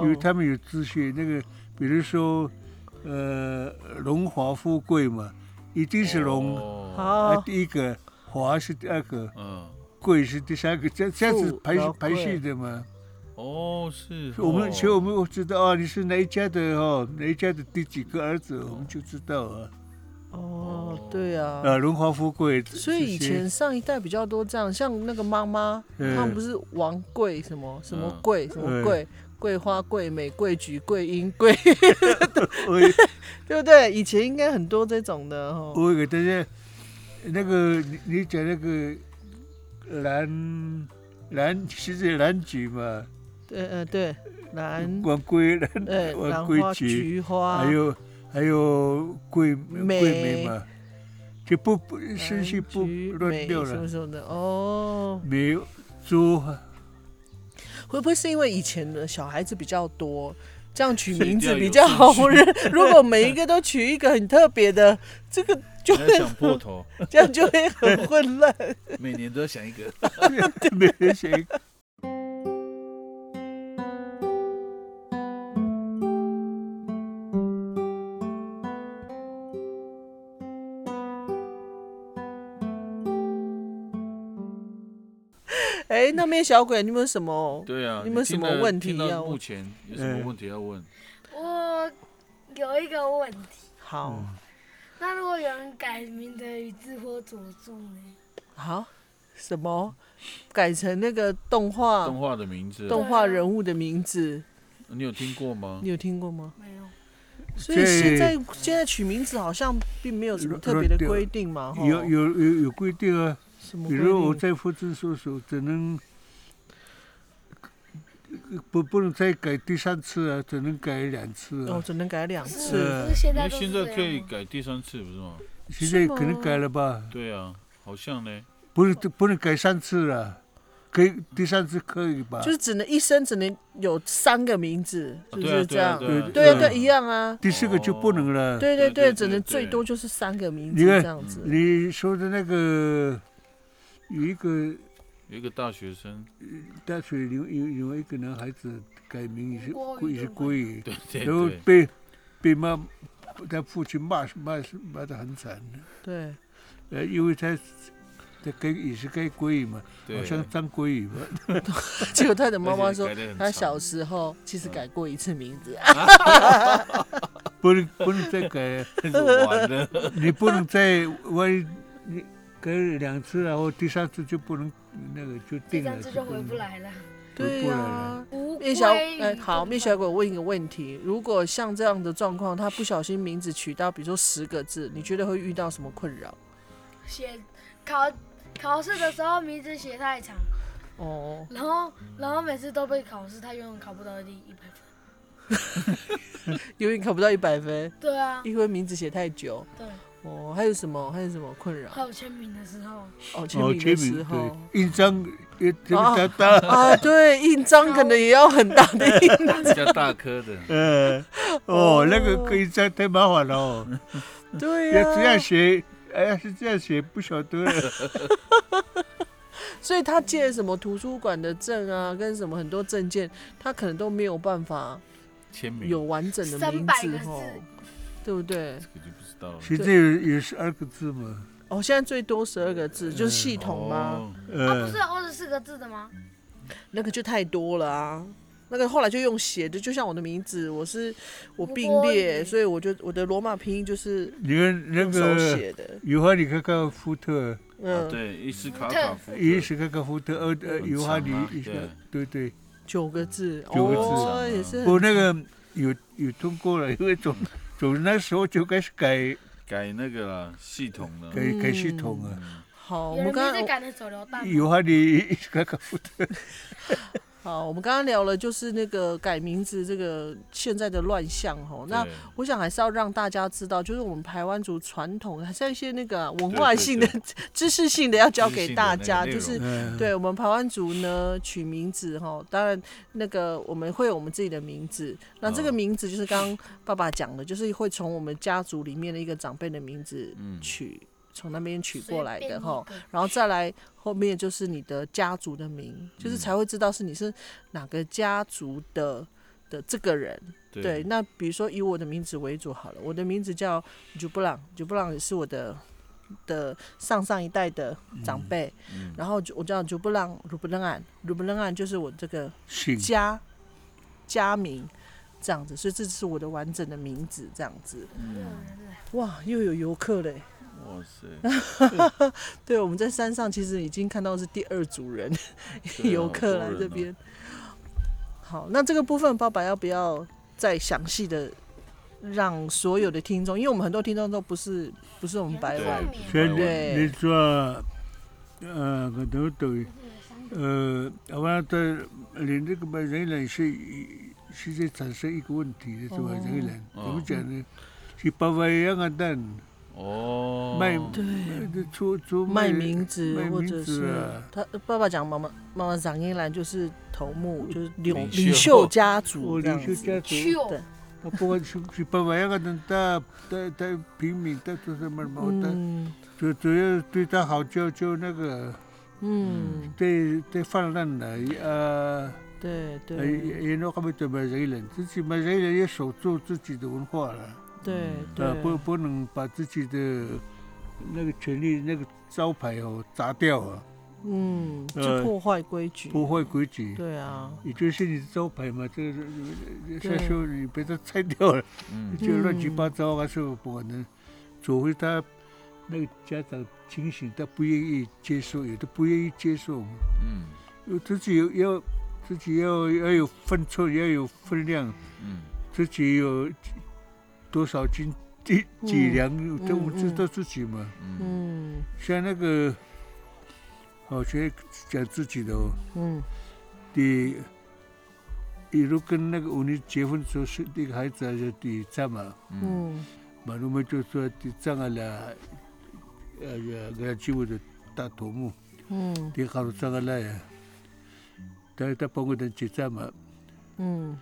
D: 因为
C: 哦
D: 他们有资讯。那个比如说，呃，荣华富贵嘛，一定是荣、
B: 哦，
D: 啊，
C: 好，
D: 第一个华是第二个，
B: 嗯，
D: 贵是第三个，这这样子
C: 富
D: 排
C: 然后
D: 排
C: 贵
D: 序的嘛。
B: 哦是哦，
D: 我们所以我们知道啊，你是哪一家的哦，哪一家的第几个儿子，我们就知道啊。
C: 哦，对啊。
D: 啊，荣华富贵。
C: 所以以
D: 这些
C: 前上一代比较多这样，像那个妈妈，
D: 嗯
C: 他们不是王贵什么什么贵什么贵，桂花桂美桂菊桂英桂，
D: 我也
C: 对不对？以前应该很多这种的哦。
D: 我给大家，那个你你讲那个蓝蓝，其实蓝菊嘛，
C: 对，呃，对，兰，
D: 管桂兰，
C: 呃，兰
D: 管桂
C: 花、
D: 菊，
C: 菊花，
D: 还有还有桂
C: 梅
D: 桂梅嘛，就不不顺序
C: 兰
D: 不
C: 菊
D: 乱
C: 梅
D: 掉
C: 什么
D: 了。
C: 什么的哦。
D: 梅、猪，
C: 会不会是因为以前的小孩子比较多，这样取
B: 所以
C: 名
B: 一定
C: 字
B: 要
C: 比
B: 有
C: 较好
B: 顺序
C: 认？如果每一个都取一个很特别的，这个就
B: 你要
C: 会
B: 想破头，
C: 这样就会很混乱。
B: 每年都要想一个。
D: 没人写。
C: 哎，那面小鬼，你有没有什么？
B: 对啊，
C: 你们什么
B: 听了
C: 问题
B: 听到
C: 要问
B: 目前有什么问题要问？
E: 我有一个问题，
C: 好，
E: 那如果有人改名的宇智波佐助呢？
C: 好，什么？改成那个动画
B: 动画的名字，啊
C: 动画人物的名字，
B: 你有听过吗
C: 你？有听过吗？
E: 没有，
C: 所以现在现在取名字好像并没有什么特别的规定嘛，哈。
D: 有有有有规定啊，
C: 什么
D: 比
C: 规
D: 如我
C: 定？
D: 在福州所属，只能不不能再改第三次啊，只能改两次啊
C: 哦，。只能改两
E: 是
C: 次。
E: 是现
B: 因
E: 在
B: 为
E: 都
B: 现
E: 是
B: 在
E: 这
B: 可以
E: 样吗
B: 改第三次不是吗？
D: 现在可能改了吧？
B: 对啊，好像呢。
D: 不是不能改三次了，可以第三次可以吧？
C: 就是只能一生只能有三个名字，
B: 啊
C: 是不
B: 对啊
C: 是这样？
B: 对啊
C: 对
D: 嗯
C: 对，一样啊。
D: 第四个就不能了。
C: 哦对对
B: 对对
C: 对，
B: 对
C: 只能
B: 对
C: 最多就是三个名字
D: 你看
C: 这样子。
D: 你说的那个有一个
B: 有一个大学生，
D: 大水有有有一个男孩子改名也是
E: 郭
D: 故
E: 宇
D: 也是
E: 对吧
D: 故意，
B: 对对
D: 然后
B: 对，
D: 被被妈他父亲骂骂骂的很惨，
C: 对，
D: 呃，因为他他该也是该故意嘛，
B: 对
D: 好像张国宇吧，
C: 结果他的妈妈
B: 而且
C: 说
B: 改得很，
C: 他
B: 长
C: 小时候其实改过一次名字。啊
D: 不能不能再改，
B: 完了，
D: 你不能再万一你改两次，然后第三次就不能那个就
E: 第
D: 定了，
E: 三次就回
D: 定
E: 不
D: 了
E: 来了。
C: 对
D: 不
C: 呀、
D: 然
C: 啊
D: 呢。
E: 乌
C: 面
E: 龟
C: 小
E: 与
C: 哎，好，
E: 笨
C: 面
E: 蛋
C: 小，鬼，我问一个问题：如果像这样的状况，他不小心名字取到，比如说十个字，你觉得会遇到什么困扰？
E: 写考考试的时候名字写太长，
C: 哦，
E: 然后然后每次都被考试，他永远考不到第一百分。
C: 永远考不到一百分，
E: 对啊，
C: 因为名字写太久。
E: 对，
C: 哦，还有什么？还有什么困扰？
E: 还有签名的时候，
C: 哦，签
D: 哦，
C: 名
D: 签
C: 的时
D: 名
C: 候。
D: 对，印章也挺
C: 哦
D: 大大，
C: 啊，对，印章可能也要很大的 印，
B: 比较大颗的，
D: 嗯，哦，那个印章太麻烦了哦，
C: 对啊
D: 要
C: 呀、
D: 这样写，哎呀，是这样写，不晓得，
C: 所以他借什么图书馆的证啊，跟什么很多证件，他可能都没有办法
B: 签名
C: 有完整的名
E: 300
C: 字
E: 个字
C: 哦，对不对？
B: 这个就不知道了。
D: 现在有有十二个字嘛，
C: 哦，现在最多十二个字，
D: 嗯
C: 就是系统吗？
B: 哦？
E: 啊，不
D: 呃
E: 是，有二十四个字的吗？
C: 那个就太多了啊。那个后来就用写的，就像我的名字，我是我并
E: 罗马
C: 列，
E: 语
C: 所以我就我的罗马拼音就是
D: 你看那
C: 用手
D: 个
C: 写的。
D: 油画，你看看福特，
B: 啊
C: 嗯，
B: 对，伊斯卡卡夫特，
D: 也是看看福特，呃呃，油画你
B: 很长啊，
D: 你看对对，
C: 九个字，
D: 九个字
B: 啊
C: 哦，也是很
D: 我那个有有通过了，因为总 总那时候就开始改
B: 改那个啦，系统了。
D: 改
C: 嗯
D: 改系统啊。
C: 好。哦我
E: 有
C: 们
E: 人没
C: 刚
E: 在
C: 刚
E: 赶的手榴弹吗？
D: 油画你看看福特，
C: 好，我们刚刚聊了就是那个改名字这个现在的乱象吼，那
B: 对
C: 我想还是要让大家知道，就是我们台湾族传统还是要一些那个啊文化性的
B: 对、
C: 知识性的要教给大家，
B: 知
C: 就
B: 识性
C: 是。
D: 嗯，
C: 对我们台湾族呢，取名字哈，当然那个我们会有我们自己的名字。那这个
B: 哦
C: 名字就是刚刚爸爸讲的，就是会从我们家族里面的一个长辈的名字
B: 嗯
C: 取，从那边取过来
E: 随便
C: 的
E: 一
C: 哈。
E: 个
C: 然后再来后面就是你的家族的名，就是才会知道是你是哪个家族的的这个人。对，
B: 对
C: 那比如说以我的名字为主好了，我的名字叫久布朗，久布朗也是我的的上上一代的长辈，
B: 嗯
C: 然后就我叫久布朗鲁布楞安，鲁布楞安就是我这个
D: 姓
C: 家家名。这样子，所以这是我的完整的名字，这样子。哇，又有游客嘞！
B: 嗯哇 塞，
C: 对，我们在山上其实已经看到是第二组人，
B: 对啊
C: 游客来这。边。好，那这个部分爸爸要不要再详细的让所有的听众，因为我们很多听众都不是不是我们白
B: 好多
C: 话
B: 人
E: 对
B: 哦
D: 所以
B: 对，对
D: 你你说，呃，我都对，呃，我的连这个嘛，人人是是在产生一个问题的，是
C: 哦
D: 吧？人人怎么讲
C: 嗯
D: 呢？是把外样的蛋
B: 哦，
D: 卖
C: 对，
D: 出出
C: 卖名字
D: 卖
C: 或
D: 名
C: 者
D: 字
C: 是
D: 啊
C: 他爸爸讲妈妈妈妈长英兰就是头目，就是柳
B: 领
C: 领
B: 袖
C: 袖家
D: 我
C: 族这
D: 哦领
C: 样子。
D: 袖家族，
E: Q
D: 我不管是是把外样的蛋，他他他平民，他做什么毛的，
C: 嗯
D: 主主要对他好就就那个
C: 嗯，
D: 对对泛滥的呃。
C: 对
D: 哎
C: 对
D: 也也那个没得马来人，自己马来人也守住自己的文化了，
C: 对
D: 啊，不
C: 对，
D: 不能把自己的那个权利、那个招牌哦砸掉啊，
C: 嗯，就
D: 呃
C: 破坏规矩。
D: 破坏规矩，
C: 对啊，
D: 也就是你的招牌嘛，这个
C: 对
D: 再说你被他拆掉了，
B: 嗯，
D: 就乱七八糟啊，是不可能。除非他那个家长清醒，他不愿意接受，有的不愿意接受嘛，
B: 嗯
D: 有自己有要自己要要有分寸，要有分量。
B: 嗯
D: 自己有多少斤几几两，这我
C: 嗯
D: 们知道自己嘛。
B: 嗯
C: 嗯
D: 像那个，哦，先讲自己的哦，
C: 嗯
D: 你，比如跟那个我们结婚时候是那个孩子还是第丈嘛，
B: 嗯，
C: 嗯
D: 马路们就说第丈啊啦，呃，给他我的大头目，
C: 嗯
D: 第好丈啊啦呀，他他帮我的结账嘛，
C: 嗯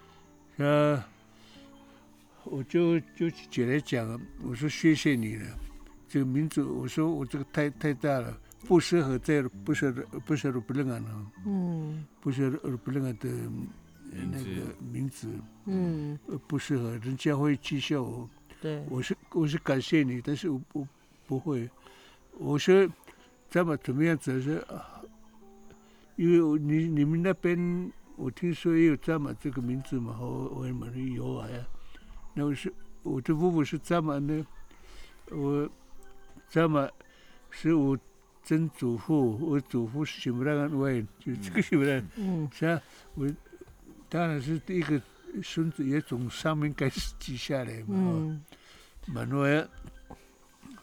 D: 呃，我就就姐来讲，我说谢谢你了，这个民族，我说我这个太太大了，不适合在不适合不适合不能啊，
C: 嗯
D: 不适合不能的那
B: 名字
D: 个名字
C: 嗯，
D: 呃不适合，人家会讥笑我。
C: 对。
D: 我是我是感谢你，但是我不不会，我说咱们怎么样子是，啊因为我你你们那边我听说也有扎马这个名字嘛，我我也蛮有啊呀，那我是我的父母是扎马呢，我扎马是我曾祖父，我祖父是喜不那个外，就这个喜不那，
C: 嗯
D: 是啊，我当然是第一个孙子也从上面开始记下来嘛。哦
C: 嗯
D: 蛮多呀，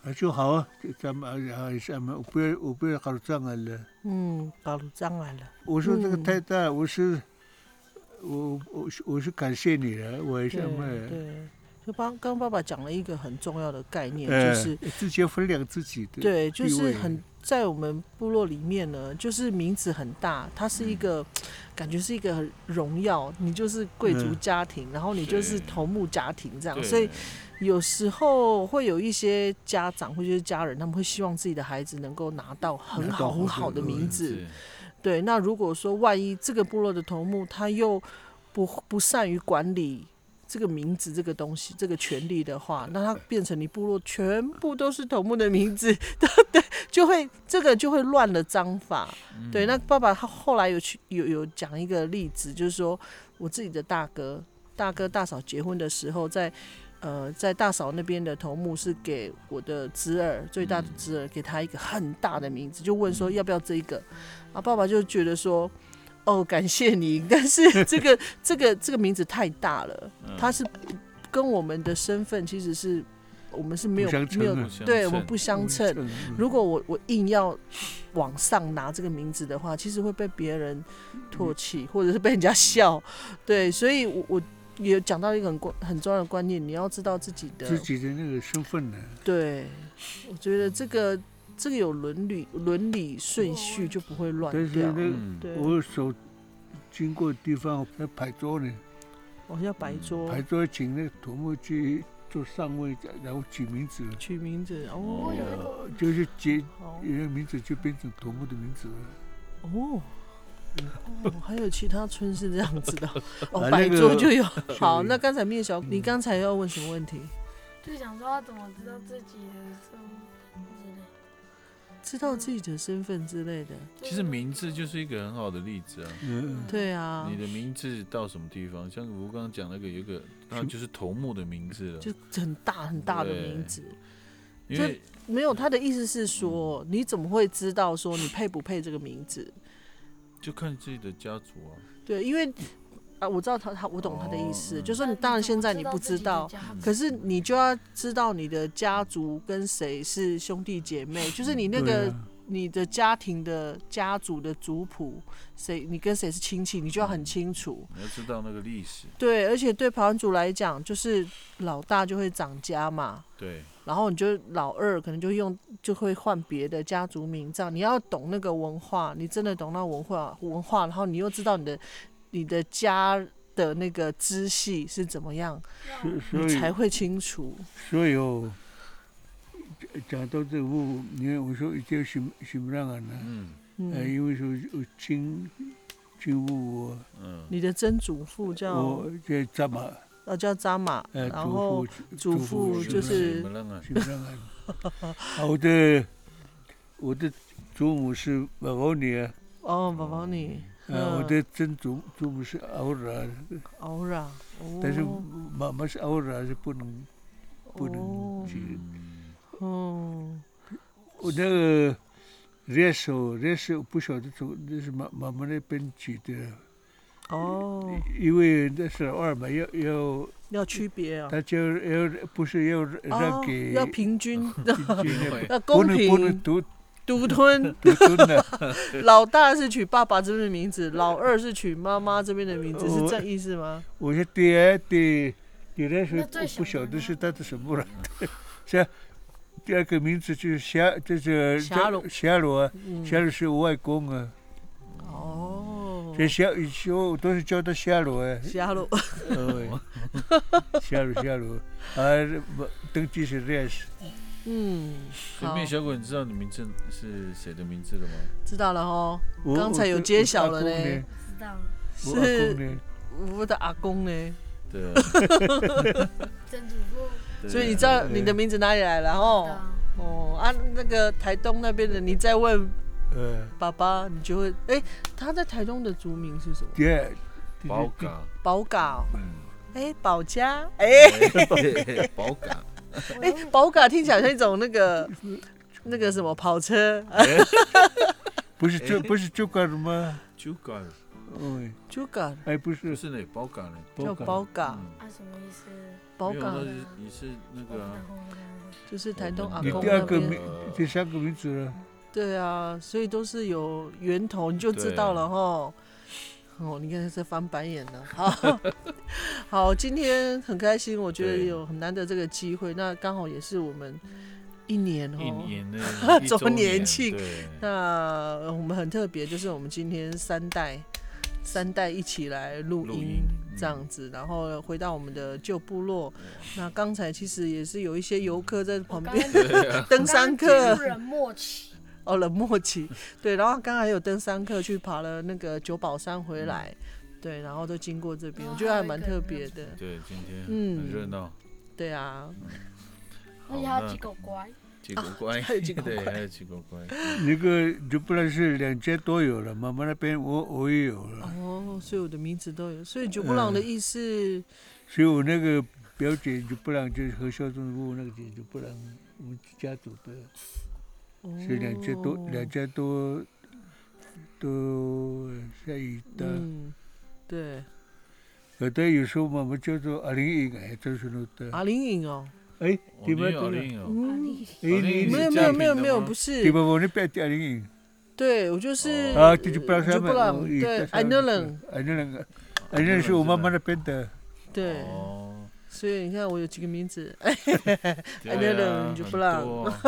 D: 啊就好啊，咱们啊什么，我不要我不要搞障碍了。
C: 嗯，搞出障碍了。
D: 我说这个
C: 嗯
D: 太大，我是我我是我是感谢你了，我什嗯
C: 对
D: 么
C: 对，就帮刚刚爸爸讲了一个很重要的概念，
D: 哎
C: 就是
D: 自己要分量自己的，嗯
C: 对，就
D: 地
C: 是
D: 位
C: 很在我们部落里面呢，就是名字很大，它是一个、感觉是一个很荣耀，你就是贵族
D: 嗯
C: 家庭，然后你就是
B: 是
C: 头目家庭这样，
B: 对
C: 所以有时候会有一些家长或者是家人，他们会希望自己的孩子能够拿到很
D: 拿
C: 好
D: 到
C: 很
D: 好
C: 好的
D: 的
C: 名
D: 名
C: 字，
B: 是
C: 对，那如果说万一这个部落的头目他又不不善于管理这个名字这个东西这个权利的话，那他变成你部落全部都是头目的名字， 对，就会这个就会乱了章法。对，那爸爸他后来有去有有讲一个例子，就是说我自己的大哥大哥大嫂结婚的时候在。呃，在大嫂那边的头目是给我的侄儿，最大的侄儿，给他一个很大的名字，就问说要不要这一个，啊，爸爸就觉得说，哦，感谢你， 但是这个这个这个名字太大了，
B: 嗯
C: 它是跟我们的身份其实是我们是没有
D: 不相称
C: 没有
D: 的
B: 不相
C: 对
B: 称
C: 我们不相称。
D: 嗯，
C: 如果我我硬要往上拿这个名字的话，其实会被别人唾
D: 嗯
C: 弃，或者是被人家笑。 对，所以我我也讲到一个很关很重要的观念，你要知道自己的
D: 自己的那个身份呢，
C: 对，我觉得这个这个有伦理伦理顺序就不会乱
D: 但是
C: 掉。
D: 那
B: 嗯，
C: 对，
D: 我所经过的地方在摆桌呢，
C: 我要白桌
D: 嗯摆桌请那个头目去做上位，然后取名字，
C: 取名字
E: 我
C: 哦
E: 有一个
D: 就是解
C: 好
D: 人家名字就变成头目的名字了。
C: 哦。哦，还有其他村是这样 子的哦，
D: 啊
C: 白
D: 那个
C: 桌就有。
D: 是
C: 好，那刚才面小，你
D: 嗯
C: 刚才要问什么问题？
E: 就想说要怎么知道自己的身份之类
C: 知道自己的身份之类的。
E: 的。
B: 其实名字就是一个很好的例子啊。
D: 嗯，
C: 对啊
B: 你，的名字到什么地方？像我刚刚讲那个，有一个，那就是头目的名字了。
C: 嗯就很大很大的
B: 对
C: 名字。
B: 因为
C: 没有，他的意思是
D: 嗯
C: 说，你怎么会知道说你配不配这个名字？
B: 就看自己的家族啊。
C: 对，因为啊，我知道他他我懂他的意思，
B: 哦
C: 就说你当然现在你不知道，可是你就要知道你的家族跟谁是兄弟姐妹，就是你那
D: 对
C: 个、
D: 啊
C: 你的家庭的家族的族谱，谁你跟谁是亲戚，你就要很清楚。
B: 你要知道那个历史，
C: 对，而且对排湾族来讲，就是老大就会长家嘛，
B: 对，
C: 然后你就老二可能就用就会换别的家族名这样。你要懂那个文化，你真的懂那文化文化，然后你又知道你的你的家的那个支系是怎么样，
D: 所
C: 你
D: 所以
C: 才会清楚。
D: 所以哦，讲到这个，我你看我说一定要什什么样啊？
B: 嗯
D: 呃，
C: 嗯，
D: 因为说我亲亲父
B: 嗯，
C: 你的曾祖父
D: 我
C: 叫
D: 我这扎马，
C: 呃叫扎马，
D: 呃，
C: 然后祖
D: 祖父
C: 父就是
B: 你们那个
D: 什么样啊？ 啊，我的我的祖母是马高尼啊，
C: 哦宝宝你，
D: 呃，我
C: 嗯哦
D: 的曾祖祖母是奥拉，
C: 欧拉，
D: 但是
C: 哦
D: 妈妈是奥拉是不能不能
C: 哦
D: 去。
C: 嗯
D: 我那个热手热手不晓得从那是妈妈妈那边取的，
C: 哦，
D: 因为那是二嘛，要要
C: 要区别啊，
D: 他就要不是要让
C: 哦
D: 给
C: 要平 均，
B: 对
C: 要
D: 不
C: 公
D: 能不能
C: 平，
D: 独
C: 独吞。
D: 独吞的，
C: 老大是取爸爸这边的名字，老二是取妈妈这边的名字，
D: 哦
C: 是这意思吗？
D: 我说爹爹爹那时
E: 那最
D: 候
E: 小
D: 不
E: 的
D: 晓得
E: 呢
D: 是他的什么了，这第二个名字就是霞，就是
C: 霞
D: 叫
C: 鲁
D: 霞鲁啊，
C: 嗯，
D: 霞鲁是我外公啊，
C: 哦，
D: 这霞以前我都是叫他霞鲁啊，
C: 瞎了，
D: 哦，霞鲁霞鲁啊，不登记是认识，
C: 嗯，
B: 随
C: 好，
B: 便小鬼，你知道你名字是谁的名字了吗？
C: 知道了哦。
D: 我
C: 刚才
D: 我
C: 有
D: 的
C: 揭
D: 我
C: 晓
D: 阿
C: 了
D: 公
C: 嘞
D: 呢，我阿
E: 知道，
D: 公
C: 是
D: 呢，
C: 我的阿公呢，
B: 对啊，
E: 曾祖父
B: 对
C: 所以你知道你的名字哪里来了哦？哦啊，那个台东那边的，你再问
D: 呃，
C: 爸爸，你就会哎，他在台东的族名是什么？
D: 爹，
B: 宝嘎，
C: 宝嘎哦，
B: 嗯，
C: 哎，宝家，哎
B: 宝 嘎，
C: 哎，宝嘎听起来像一种那个那个什么跑车，
D: 不是
B: 哎
D: 这不是这个什么，
B: 九嘎，
D: 哦，
C: 猪嘎
D: 哎不
B: 不
D: 是，
B: 是呢，宝嘎呢，
C: 叫宝嘎，
B: 嗯
E: 啊，什么意思？
C: 宝
B: 没有，
C: 嘎
B: 那是你是那
E: 我不
B: 个啊
E: 懂，我不懂
C: 就是台东阿
D: 你
C: 公
D: 第二
C: 那
D: 个
C: 边。
D: 名，
B: 呃
D: 第三个名字了。
C: 对啊，所以都是有源头，你就知道了吼。哦，你看他在翻白眼呢。 好，好，今天很开心，我觉得
B: 对
C: 有很难得这个机会，那刚好也是我们一年哦，
B: 一 年的一
C: 周
B: 周
C: 年
B: 年
C: 庆
B: 对
C: 那呃我们很特别，就是我们今天三代三代一起来录
B: 录
C: 音
B: 音嗯
C: 这样子，然后回到我们的旧部落。那刚才其实也是有一些游客在旁
E: 我刚
C: 边
E: 刚
C: 登山客
E: 刚刚进入了默契，
C: 哦，冷漠期 对，然后刚刚还有登山客去爬了那个九宝山回来，对，然后都经过这边，
E: 哇
C: 我觉得还蛮
E: 还有一
C: 特
E: 个
C: 别的。
B: 对，今天
C: 嗯
B: 很热闹，
C: 对啊，
E: 而且还有几狗乖，
B: 结果 乖，
C: 还有结果
B: 对，
C: 乖
B: 还有结果乖，
D: 那个就不然是两家都有了，妈妈那边我我也有了，
C: 哦，所以我的名字都有，所以九布朗的意思，
D: 所以我那个表姐就不让，就是和肖忠夫那个姐就不让我们家族的，
C: 哦，
D: 所以嗯两家都两家都都下雨的。
C: 嗯，对，
D: 有的有时候我们叫做阿玲应该就是那的，
C: 阿林颖哦，
D: 哎，
B: 哦
D: 你
B: 你
D: 们
B: 有令哦，
E: 啊
C: 嗯，
D: 哎
B: 阿玲
D: 你
C: 没有
B: 是
C: 没有
B: 家
C: 没有
B: 庭的
C: 没有，
B: 吗
C: 不
D: 你
C: 是，
D: 们我那边叫阿玲应。
C: 对我就是
D: 啊，这就不让
C: 九
D: 他
C: 布
D: 们。
C: 朗，对，安德
D: 冷
C: 冷，，
D: 安德冷，安德冷是我妈妈那边的。
C: 对，
B: 哦，
C: 所以你看我有几个名字，哎
B: 对
C: 安德
B: 啊
C: 冷就
B: 很
C: 不让
B: 多啊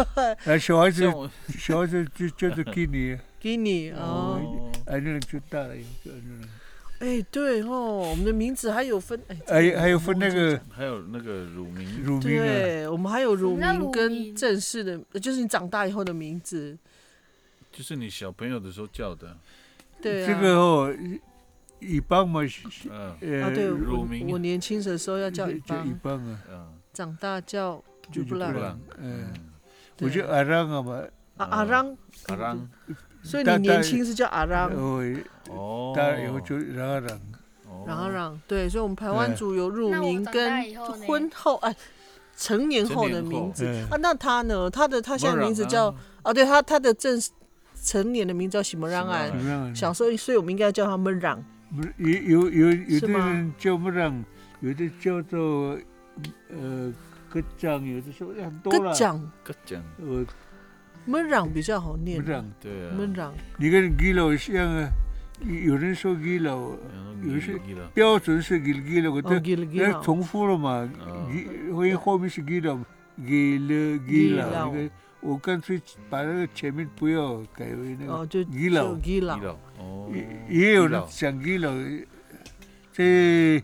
D: 啊，小孩子
B: 像， 我
D: 小孩子就叫做给你，
C: 给你哦。
B: 哦
D: 安德冷就大了，有个安德冷。
C: 哎，对哦，我们的名字还有分，哎，这
D: 还
C: 个
D: 还有
C: 我
D: 分
C: 忘
D: 那
C: 记
D: 个
B: 还有那个乳名，
D: 乳名啊，
C: 对，我们还有乳
E: 什么叫
C: 名
E: 乳
C: 跟
E: 名
C: 正式的，呃就是你长大以后的名字。
B: 就是你小朋友的时候叫的，
C: 对啊，
D: 这个哦，以帮嘛，是
B: 嗯
D: 呃
C: 啊，，对，
B: 乳
C: 我
B: 名
C: 我年轻的时候要叫一
D: 叫一
C: 帮，
D: 帮啊，
B: 嗯
C: 长大叫就
D: 就
C: 不
D: 不
C: 让。
D: 让
B: 让。
D: 嗯，
B: 嗯，
C: 对
D: 我就阿让啊嘛，
C: 啊阿
B: 啊
C: 让，
B: 阿让
C: 所以你
D: 但
C: 年
D: 但
C: 轻是叫阿让，
D: 哦，
B: 哦，
D: 大了以后就让阿让，
B: 哦
C: 然后让对，所以我们台湾
D: 对
C: 族有乳
E: 那我
C: 名
E: 长大
C: 跟
E: 以后呢
C: 婚后哎成年
B: 成
C: 后
B: 年
C: 的名
B: 后
C: 字
D: 嗯
C: 啊。那他呢？他的他现在名字叫
B: 莫
C: 啊，对他他的正式成年的名字叫喜摩让
B: 喜摩
C: 安
B: 让。
D: 让啊，
C: 小时候，所以我们应该叫他们让。
D: 不是有有有有
C: 是
D: 的
C: 吗
D: 人叫不让，有的叫做呃各长，有的说哎很多
C: 跟
D: 了，
C: 讲
B: 各讲，
D: 呃
C: 们让比较好念
D: 不。让。
B: 对啊，
C: 们让
D: 你跟基佬一样啊，有有人说基佬
B: 嗯
D: 有一些
B: 你了，
D: 标准是给基佬，我
C: 哦，
D: 的
C: 给了给
D: 那
C: 了。
D: 重复了嘛，
B: 嗯，
D: 基后后面是基佬，基了基
C: 基佬
D: 佬，那个我干脆把那个前面不要改为那个
C: 哦，就
D: 基佬
C: 就。基
B: 你
C: 佬，
B: 了，哦，
D: 也也有人
B: 了
D: 讲基佬，这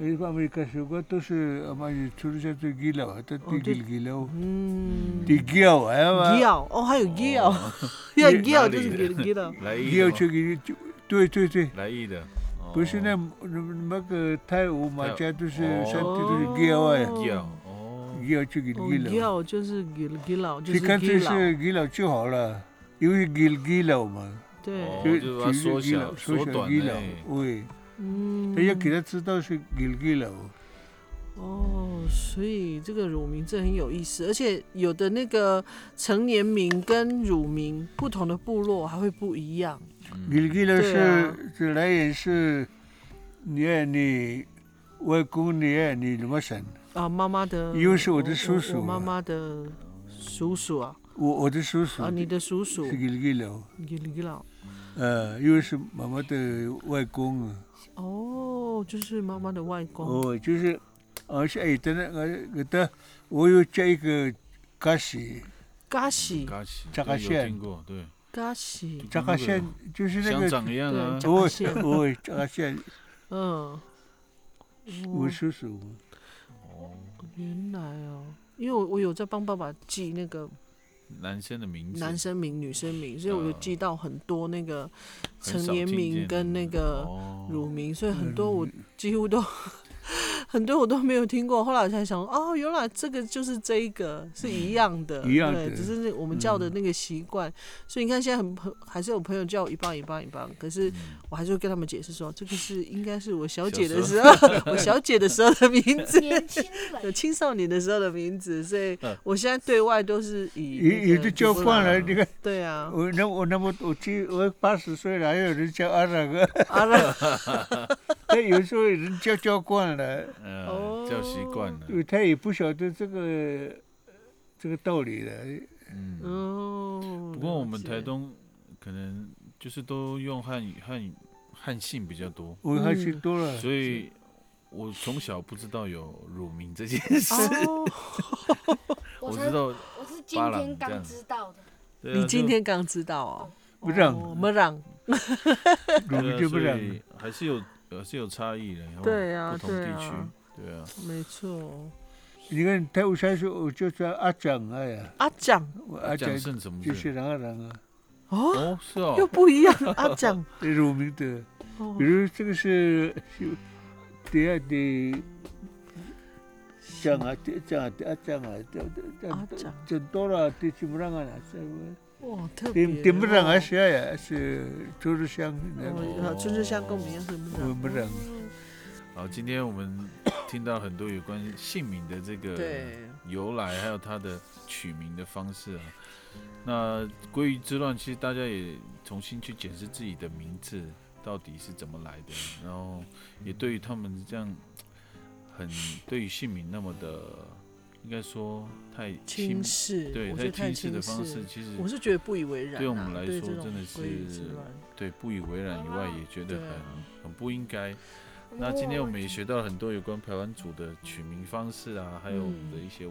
D: 哎，把每个时光都是阿妈也出了下最基佬，他
C: 哦
D: 对
C: 对
D: 基基佬，
C: 嗯，
D: 对基佬哎
C: 基
D: 嘛，
C: 佬，哦，还有基佬，
B: 哦
C: 要
D: 你
C: 基佬
B: 哪
C: 就是
B: 里
C: 给了给了，
B: 来
D: 基
B: 意
D: 佬
B: 的
D: 去给就对对对，
B: 吗，来意的，哦
D: 不是那那个泰晤嘛，
B: 泰晤
D: 家都是
B: 哦
D: 山地都是基佬哎，
B: 要，哦，
D: 基佬去给基
C: 哦，
D: 佬，
C: 要就是给了给了，就
D: 你
C: 是
D: 干
C: 基
D: 脆
C: 佬，
D: 是基佬就好了，因为基基佬嘛，
C: 对，
B: 哦
D: 就
B: 就是把它
D: 就是
B: 缩
D: 基佬
B: 小
D: 缩
B: 缩
D: 小
B: 短
D: 基
B: 了
D: 佬
B: 哎，
D: 喂，
C: 嗯，
D: 他要给他知道是基基佬。
C: 哦，所以这个乳名真很有意思，而且有的那个成年名跟乳名不同的部落还会不一样，
D: 你记得
C: 对啊
D: 是这来源是，你爱你外公，你爱你怎么神？
C: 啊，妈妈的，
D: 因为是我的叔
C: 我
D: 叔
C: 我
D: 啊
C: 妈妈的叔叔啊，
D: 我我的叔叔
C: 啊，你的叔叔
D: 是，你记了，
C: 给了给了。
D: 呃，因为是妈妈的外公啊，
C: 哦，就是妈妈的外公。
D: 哦，就是，而且哎，等等，呃，给他，我有加一个嘎西，
C: 嘎喜，
B: 嘎西，
D: 扎
B: 对
D: 嘎
B: 有
D: 县
B: 听过，对，
C: 嘎喜，
D: 加嘎县就是那
B: 像
D: 个，
B: 长一样啊
C: 对，
D: 哦
C: 扎嘎县
D: 哦，加嘎县，
C: 嗯。
D: 我
C: 哦，
D: 叔叔，
B: 哦，
C: 原来哦，因为我我有在帮爸爸记那个
B: 男生的名字，
C: 男生名、女生名，所以我就
B: 嗯呃
C: 记到很多那个
B: 很
C: 成
B: 少
C: 年
B: 听
C: 名
B: 见
C: 跟那个
B: 哦
C: 乳名，所以很多
D: 嗯
C: 我几乎都 很多我都没有听过。后来我才想，哦，原来这个就是这一个是一样的，
D: 嗯一样
C: 对
D: 的嗯
C: 只是那我们叫的那个习惯。所以你看，现在很很还是有朋友叫我一棒一棒一棒，可
B: 嗯
C: 是我还是会跟他们解释说，这个是应该是我小姐的时候， 我小姐的时候的名字。
E: 年轻人
C: 有青少年的时候的名字，所以
B: 嗯
C: 我现在对外都是以
D: 也
C: 那
D: 也
C: 个
D: 就
C: 祖
D: 叫
C: 父
D: 惯
C: 老
D: 了，你看
C: 对啊，
D: 我那我那么我七我八十岁了，还有人叫阿那个。
C: 阿拉
D: 他有时候人叫叫惯了，
B: 呃，叫习惯了，
D: 他也不晓得这个这个道理的。
B: 嗯。
C: 哦。
B: 不过我们
C: 了解
B: 台东可能就是都用汉语、汉语、汉姓比较多，
D: 我
C: 嗯
D: 还是多了。
B: 所以我从小不知道有乳名这件事，
C: 哦，
E: 我
B: 我
E: 才
B: 知道。
E: 我是今天刚知道的。
B: 对啊
C: 你今
B: 就
C: 天刚知道哦，
D: 不让
C: 哦没让，
D: 我
B: 对
D: 们
B: 啊
D: 就
B: 所
D: 不让。
B: 以还是有还是有差异的，然后
C: 对啊
B: 不同地
C: 对啊
B: 区，对啊，
C: 没错。
D: 你看他五三说，我哦就叫阿长哎呀，
C: 阿蒋
D: 我阿长
B: 讲剩什么
D: 就是
B: 人？
D: 啷个啊啷个，
C: 哦，
B: 哦，是哦
C: 又，不 一样，阿蒋
D: 这是我们的。
C: 哦
D: 比，如这个是是底下的讲啊，讲啊，讲啊，讲
C: 阿
D: 讲
C: 蒋，
D: 讲多了，对起不让啊，
C: 哇，特别哦，
D: 对对不让啊，是呀，是就是像那个
C: 哦，春之香跟我们一样是不
D: 我
C: 让，
D: 们不让。
B: 好，今天我们听到很多有关于姓名的这个
C: 对，
B: 由来，还有它的取名的方式啊。那归于之乱，其实大家也重新去检视自己的名字到底是怎么来的，然后也对于他们这样很对于姓名那么的，应该说太
C: 轻视，
B: 对
C: 我觉得
B: 太
C: 太
B: 轻视的
C: 轻
B: 方式，
C: 视，
B: 其实
C: 我是觉得不以为然啊，
B: 对我们来
C: 对
B: 说
C: 这种
B: 真的
C: 归于之
B: 是
C: 乱
B: 对不以为然以外，也觉得
C: 对啊
B: 很很不应该。那今天我们也学到了很多有关台湾族的取名方式啊，还有我们的
C: 嗯
B: 一些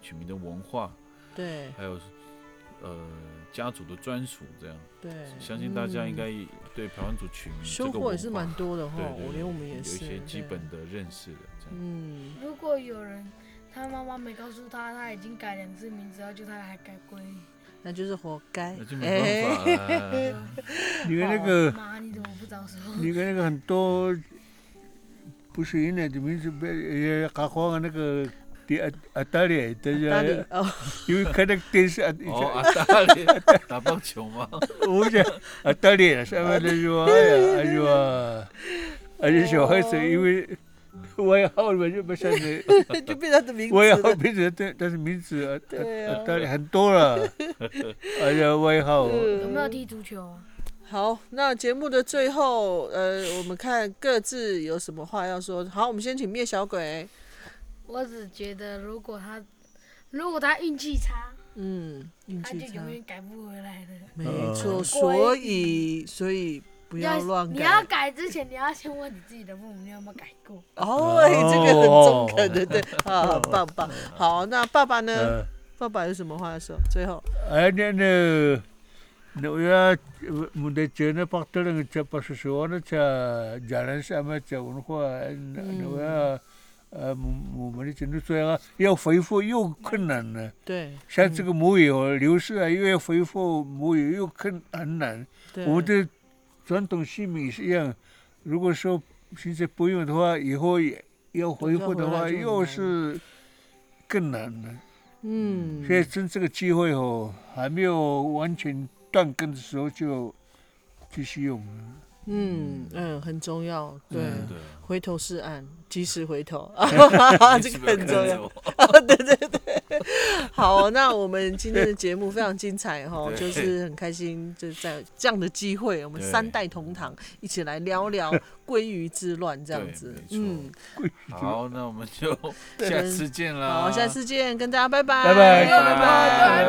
B: 取名的文化，
C: 对
B: 还有呃家族的专属这样。
C: 对，
B: 相信大家
C: 嗯
B: 应该对台湾族取名这
C: 收
B: 个
C: 获
B: 文
C: 也是蛮
B: 化
C: 多的哈
B: 对，对
C: 我连我们也
B: 有一
C: 是
B: 些基
C: 对
B: 本的认识的这样。
C: 嗯，
E: 如果有人他妈妈没告诉他，他已经改两次名字，然后就他还改归于。
C: 那就是活该
B: 那就，没
C: 哎，
B: 办法了。啊
D: 你看那个，
E: 妈，你怎么不早说？
D: 你看那个很多不是原来的名字，也搞黄那个的阿阿达里，大
C: 哪里
D: 家
C: 哦，
D: 因为看那个电视，
B: 哦，阿大力打棒球 吗？
D: 我讲啊，当然上 面的说呀，哎呦，而且小孩子因为我也好嘛，就不晓得，
C: 就变他的名字
D: 我也好
C: 了，
D: 名字，但但是名字啊，
C: 对
D: 啊
C: 啊，
D: 当然很多了， 哎呀，我也好，
C: 嗯
E: 有没有踢足球啊？
C: 好，那节目的最后，呃，我们看各自有什么话要说。好，我们先请灭小鬼。
E: 我只觉得如果他如果他运气差，
C: 嗯，运
E: 他
C: 气
E: 就
C: 差
E: 永，远改不回来了。
C: 没错。
D: 呃
C: 所以，所以不要乱
E: 你要
C: 改。
E: 改之前，你要先问你自己的父母，你有没有改过？
C: 哦，哎，这个很中肯的，对，啊，棒 棒。好，那爸爸呢？
D: 哦呃，
C: 爸爸有什么话要说？最后，
D: 哎那那。那我要我的姐呢，把这个这不是说那这家人什么这文化，那我要呃，我我们的整个说啊，要恢复又困难了。
C: 对，
D: 像这个母语哦，流失啊，又要恢复母语又很很难。
C: 对，
D: 我们的传统姓名也是一样，如果说现在不用的话，以后也要恢复的
C: 要
D: 话，
C: 回来就很难
D: 又是更难了。
C: 嗯，
D: 所以趁这个机会哦，还没有完全断根的时候就继续用。
C: 嗯嗯，很重要，对，
D: 嗯
B: 对啊，
C: 回头是岸，及时回 头，啊这个很重要。。 对对对， 好，那我们今天的节目非常精彩 哦，就
B: 对
C: 是很开心，就是在这样的机会，我们
B: 对
C: 三代同堂一起来聊聊鲑鱼之乱这样
B: 对
C: 子
B: 没。错
C: 嗯，
B: 好，那我们就下次见啦。
C: 好，下次见，跟大家拜拜，
D: 拜拜
C: 拜拜。